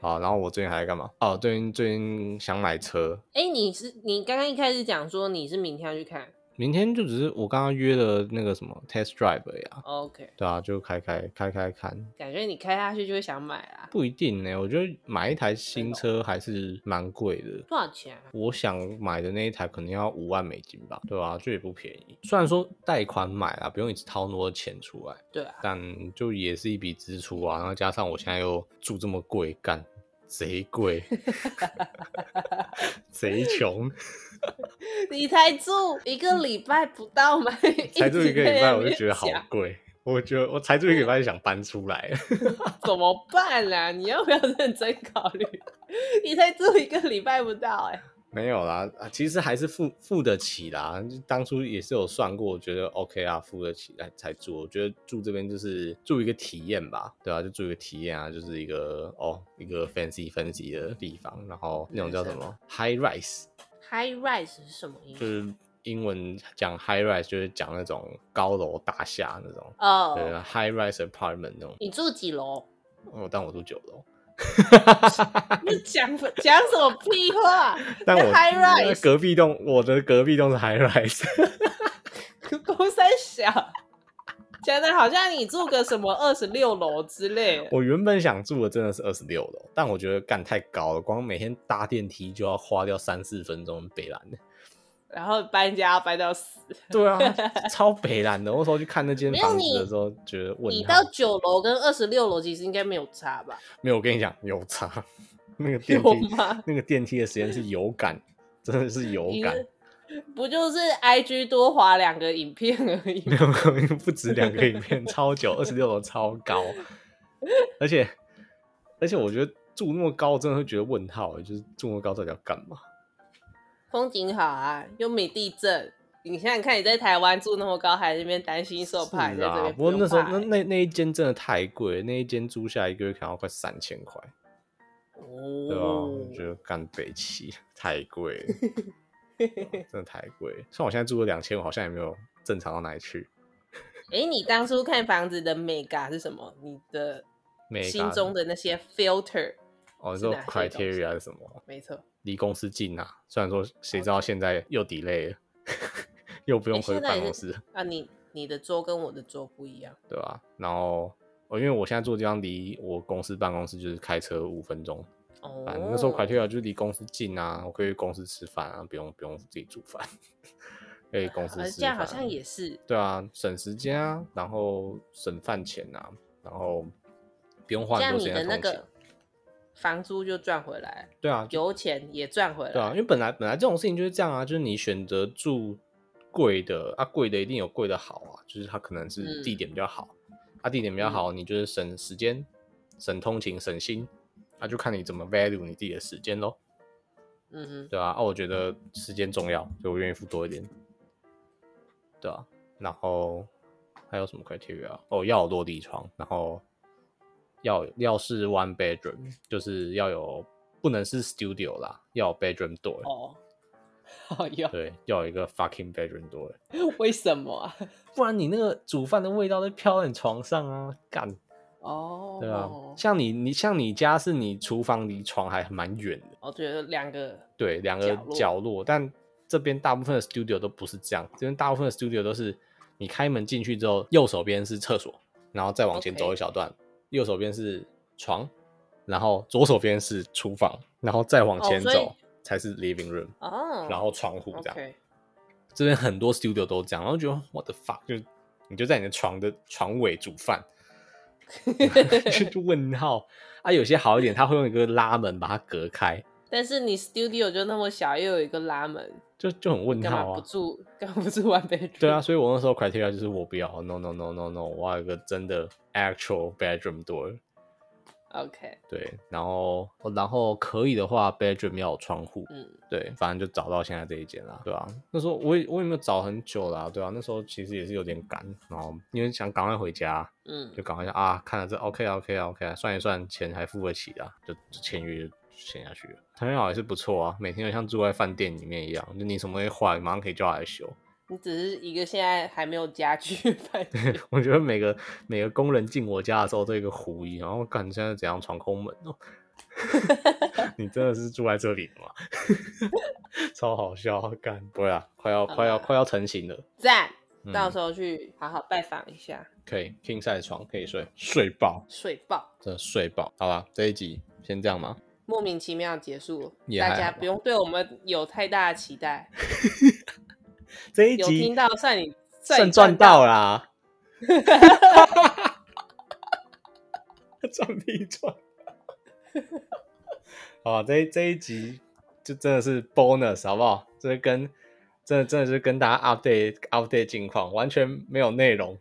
Speaker 1: 好，然后我最近还在干嘛？哦，最近最近想买车，
Speaker 2: 哎、你是你刚刚一开始讲说你是明天要去看
Speaker 1: 明天就只是我刚刚约了那个什么 test drive 而已啊，
Speaker 2: 哦，OK，
Speaker 1: 对啊，就开开开开看，
Speaker 2: 感觉你开下去就会想买啦。
Speaker 1: 不一定呢、我觉得买一台新车还是蛮贵的。
Speaker 2: 多少钱啊？
Speaker 1: 我想买的那一台可能要五万美金吧，对啊，就也不便宜。虽然说贷款买啊，不用一直掏那么多钱出来，
Speaker 2: 对 啊，
Speaker 1: 但就也是一笔支出啊。然后加上我现在又住这么贵，干贼 贵，贼穷，
Speaker 2: 你才住一个礼拜不到嘛，
Speaker 1: 才住一个礼拜我就觉得好
Speaker 2: 一直在那边
Speaker 1: 贵，我觉得我才住一个礼拜就想搬出来了。
Speaker 2: 讲怎么办啦、 你要不要认真考虑？ 你才住一个礼拜不到、哎，
Speaker 1: 没有啦，啊其实还是付付得起啦。就当初也是有算过，我觉得 OK 啊，付得起才才住。我觉得住这边就是住一个体验吧，对啊，就住一个体验啊，就是一个哦一个 fancy fancy 的地方，然后那种叫什么 high rise，
Speaker 2: High rise 是什么意
Speaker 1: 就
Speaker 2: 思？
Speaker 1: 是英文讲 high rise 就是讲那种高楼大厦那种，
Speaker 2: 哦、
Speaker 1: 对、啊、，high rise apartment 那种。
Speaker 2: 你住几楼？
Speaker 1: 哦，但我住九楼，
Speaker 2: 你讲讲什么屁话？
Speaker 1: 但我
Speaker 2: high rise
Speaker 1: 隔壁栋我的隔壁栋是 high rise。
Speaker 2: 公三小，讲的好像你住个什么二十六楼之类的。
Speaker 1: 我原本想住的真的是二十六楼，但我觉得干太高了，光每天搭电梯就要花掉三四分钟，北蓝的。
Speaker 2: 然后搬家搬到死。
Speaker 1: 对 啊，超北蓝的。我那时候去看那间
Speaker 2: 没有
Speaker 1: 房
Speaker 2: 你
Speaker 1: 子的时候，觉得问
Speaker 2: 你
Speaker 1: 他
Speaker 2: 到九楼跟二十六楼其实应该没有差吧？
Speaker 1: 没有，我跟你讲有差，那个电
Speaker 2: 有
Speaker 1: 梯
Speaker 2: 吗？
Speaker 1: 那个电梯的时间是有感，真的是有
Speaker 2: 你
Speaker 1: 感，
Speaker 2: 是不就是 IG 多划两个影片而已
Speaker 1: 没
Speaker 2: 吗？
Speaker 1: 有没有不止两个影片，超久，二十六楼超高，而且而且我觉得住那么高，真的会觉得问号，欸就是住那么高到底要干嘛？
Speaker 2: 风景好啊，又没地震。你想想看，你在台湾住那么高，还在那边担心受怕，你
Speaker 1: 是
Speaker 2: 在这
Speaker 1: 啊，
Speaker 2: 边
Speaker 1: 不过
Speaker 2: 用
Speaker 1: 那时候
Speaker 2: 怕
Speaker 1: 那那那一间真的太贵了，那一间租下一个月可能要快三千块，对吧、
Speaker 2: 哦
Speaker 1: 我觉得干北齐太贵 了，真的太贵了。像我现在住了两千，我好像也没有正常到哪里去。
Speaker 2: 哎、你当初看房子的美感是什么？你的
Speaker 1: 美
Speaker 2: 心
Speaker 1: 感
Speaker 2: 中的那些 filter，
Speaker 1: 哦，你
Speaker 2: 是
Speaker 1: 说
Speaker 2: 哪些东西
Speaker 1: criteria 是什么？
Speaker 2: 没错。
Speaker 1: 离公司近啊，虽然说谁知道现在又 delay 了，又不用
Speaker 2: 哦诶
Speaker 1: 回
Speaker 2: 现在
Speaker 1: 办
Speaker 2: 也
Speaker 1: 公
Speaker 2: 是
Speaker 1: 室，
Speaker 2: 啊，你你的桌跟我的桌不一样，
Speaker 1: 对吧、然后。哦因为我现在住的地方离我公司办公室就是开车五分钟，
Speaker 2: 哦，
Speaker 1: 反正那时候 criteria 就离公司近啊，我可以去公司吃饭啊，不用不用自己煮饭， 可以公司
Speaker 2: 呃
Speaker 1: 吃饭。
Speaker 2: 这样好像也是，
Speaker 1: 对啊，省时间啊，然后省饭钱啊，然后不用花
Speaker 2: 这
Speaker 1: 很
Speaker 2: 样
Speaker 1: 多
Speaker 2: 你
Speaker 1: 时
Speaker 2: 的
Speaker 1: 间在
Speaker 2: 那
Speaker 1: 通勤。
Speaker 2: 个房租就赚回来，
Speaker 1: 对啊，就
Speaker 2: 油钱也赚回来，
Speaker 1: 对啊，因为本来本来这种事情就是这样啊，就是你选择住贵的啊，贵的一定有贵的好啊，就是它可能是
Speaker 2: 嗯
Speaker 1: 地点比较好，啊地点比较好，你就是省时间、省通勤、省心，啊就看你怎么 value 你自己的时间喽。
Speaker 2: 嗯哼，
Speaker 1: 对啊，啊，我觉得时间重要，所以我愿意付多一点。对啊，然后还有什么 criteria？哦，要有落地窗，然后要要是 one bedroom，就是要有不能是 studio 啦，要有 bedroom door，、
Speaker 2: 哦， 好哟，
Speaker 1: 对，要有一个 fucking bedroom door，
Speaker 2: 为什么啊？
Speaker 1: 不然你那个煮饭的味道都飘在你床上啊，干，
Speaker 2: 哦，
Speaker 1: 对啊，像你你像你家是你厨房离床还蛮远的。
Speaker 2: 我觉得两个
Speaker 1: 哦对，两个
Speaker 2: 角落
Speaker 1: 角落，但这边大部分的 studio 都不是这样，这边大部分的 studio 都是你开门进去之后，右手边是厕所，然后再往前走
Speaker 2: OK
Speaker 1: 一小段右手边是床，然后左手边是厨房，然后再往
Speaker 2: 哦
Speaker 1: 前
Speaker 2: 所以
Speaker 1: 走、才是 living room，、
Speaker 2: 哦，
Speaker 1: 然后窗户这样。
Speaker 2: OK，
Speaker 1: 这边很多 studio 都这样，然后觉得 what the fuck，就你就在你的床的床尾煮 饭，就就问号啊。有些好一点，他会用一个拉门把它隔开，
Speaker 2: 但是你 studio 就那么小，又有一个拉门，
Speaker 1: 就就很问
Speaker 2: 干
Speaker 1: 号
Speaker 2: 嘛
Speaker 1: 啊。
Speaker 2: 不住？干嘛不住 one bedroom？
Speaker 1: 对啊，所以我那时候 criteria 就是我不要，no no no no no，我要有一个真的 actual bedroom door，
Speaker 2: OK，
Speaker 1: 对，然后然后可以的话，bedroom 要有窗户，
Speaker 2: 嗯，
Speaker 1: 对，反正就找到现在这一间啦，对啊，那时候我也我也没有找很久啦，对啊，那时候其实也是有点赶，然后因为想赶快回家，
Speaker 2: 嗯
Speaker 1: 就赶快想啊，看了这 OK 啊 OK 啊 OK 啊，算一算钱还付得起啊，就就签约就签下去了。台湾好也是不错啊，每天就像住在饭店里面一样，就你什么东西坏，马上可以叫他来修。
Speaker 2: 你只是一个现在还没有家具饭店，
Speaker 1: 我觉得每个每个工人进我家的时候都有一个狐疑，然后看现在怎样闯空门哦。 你真的是住在这里的吗？ 超好笑，干不会啊，快要快要快要成型了，
Speaker 2: 赞，
Speaker 1: 嗯
Speaker 2: 到时候去好好拜访一下，
Speaker 1: 可以 king size 床可以睡，睡爆，
Speaker 2: 睡爆，
Speaker 1: 真的睡爆。好吧，这一集先这样吧。
Speaker 2: 莫名其妙结束了
Speaker 1: 也还
Speaker 2: 大
Speaker 1: 好
Speaker 2: 家
Speaker 1: 吧
Speaker 2: 不用对我们有太大的期待，
Speaker 1: 这 一
Speaker 2: 有
Speaker 1: 集
Speaker 2: 听到算你
Speaker 1: 算
Speaker 2: 算
Speaker 1: 赚
Speaker 2: 赚
Speaker 1: 到啦。 赚屁 赚！好，哦这一这一集就真的是 bonus 好不好？这是跟真的真的是跟大家 update update 近况，完全没有内容。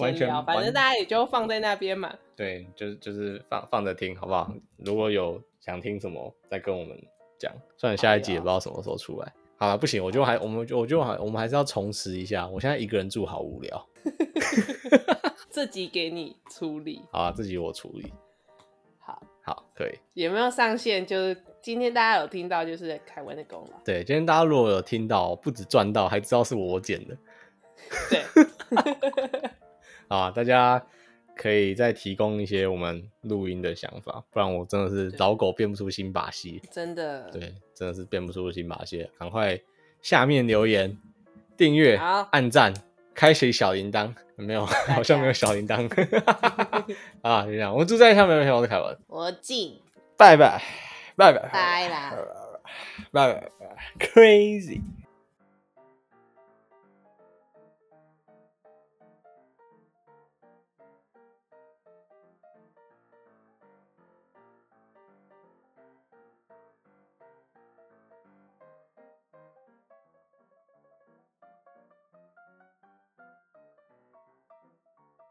Speaker 1: 完全
Speaker 2: 闲聊反
Speaker 1: 完
Speaker 2: 正大家也就放在那边嘛。
Speaker 1: 对，就是就是放放着听好不好？如果有想听什么，再跟我们讲。虽然下一集也不知道什么时候出来。好了，不行，我就还我们我就还我们还是要重拾一下。我现在一个人住好无聊。
Speaker 2: 这集给你处理
Speaker 1: 好啊，自己我处理。
Speaker 2: 好，
Speaker 1: 好，可以。
Speaker 2: 有没有上线？就是今天大家有听到，就是凯文的功劳。
Speaker 1: 对，今天大家如果有听到，不止赚到，还知道是我剪的
Speaker 2: 对，
Speaker 1: 啊！大家可以再提供一些我们录音的想法，不然我真的是
Speaker 2: 对
Speaker 1: 老狗变不出新把戏。
Speaker 2: 真的。
Speaker 1: 对，真的是变不出新把戏了，赶快下面留言、订阅、
Speaker 2: 好
Speaker 1: 按赞、开启小铃铛。没有，
Speaker 2: 家
Speaker 1: 好像没有小铃铛 啊！就这样，我们住在下面，我是凯文，
Speaker 2: 我进
Speaker 1: 拜拜，拜拜，
Speaker 2: 拜啦。
Speaker 1: 拜拜拜拜，Crazy。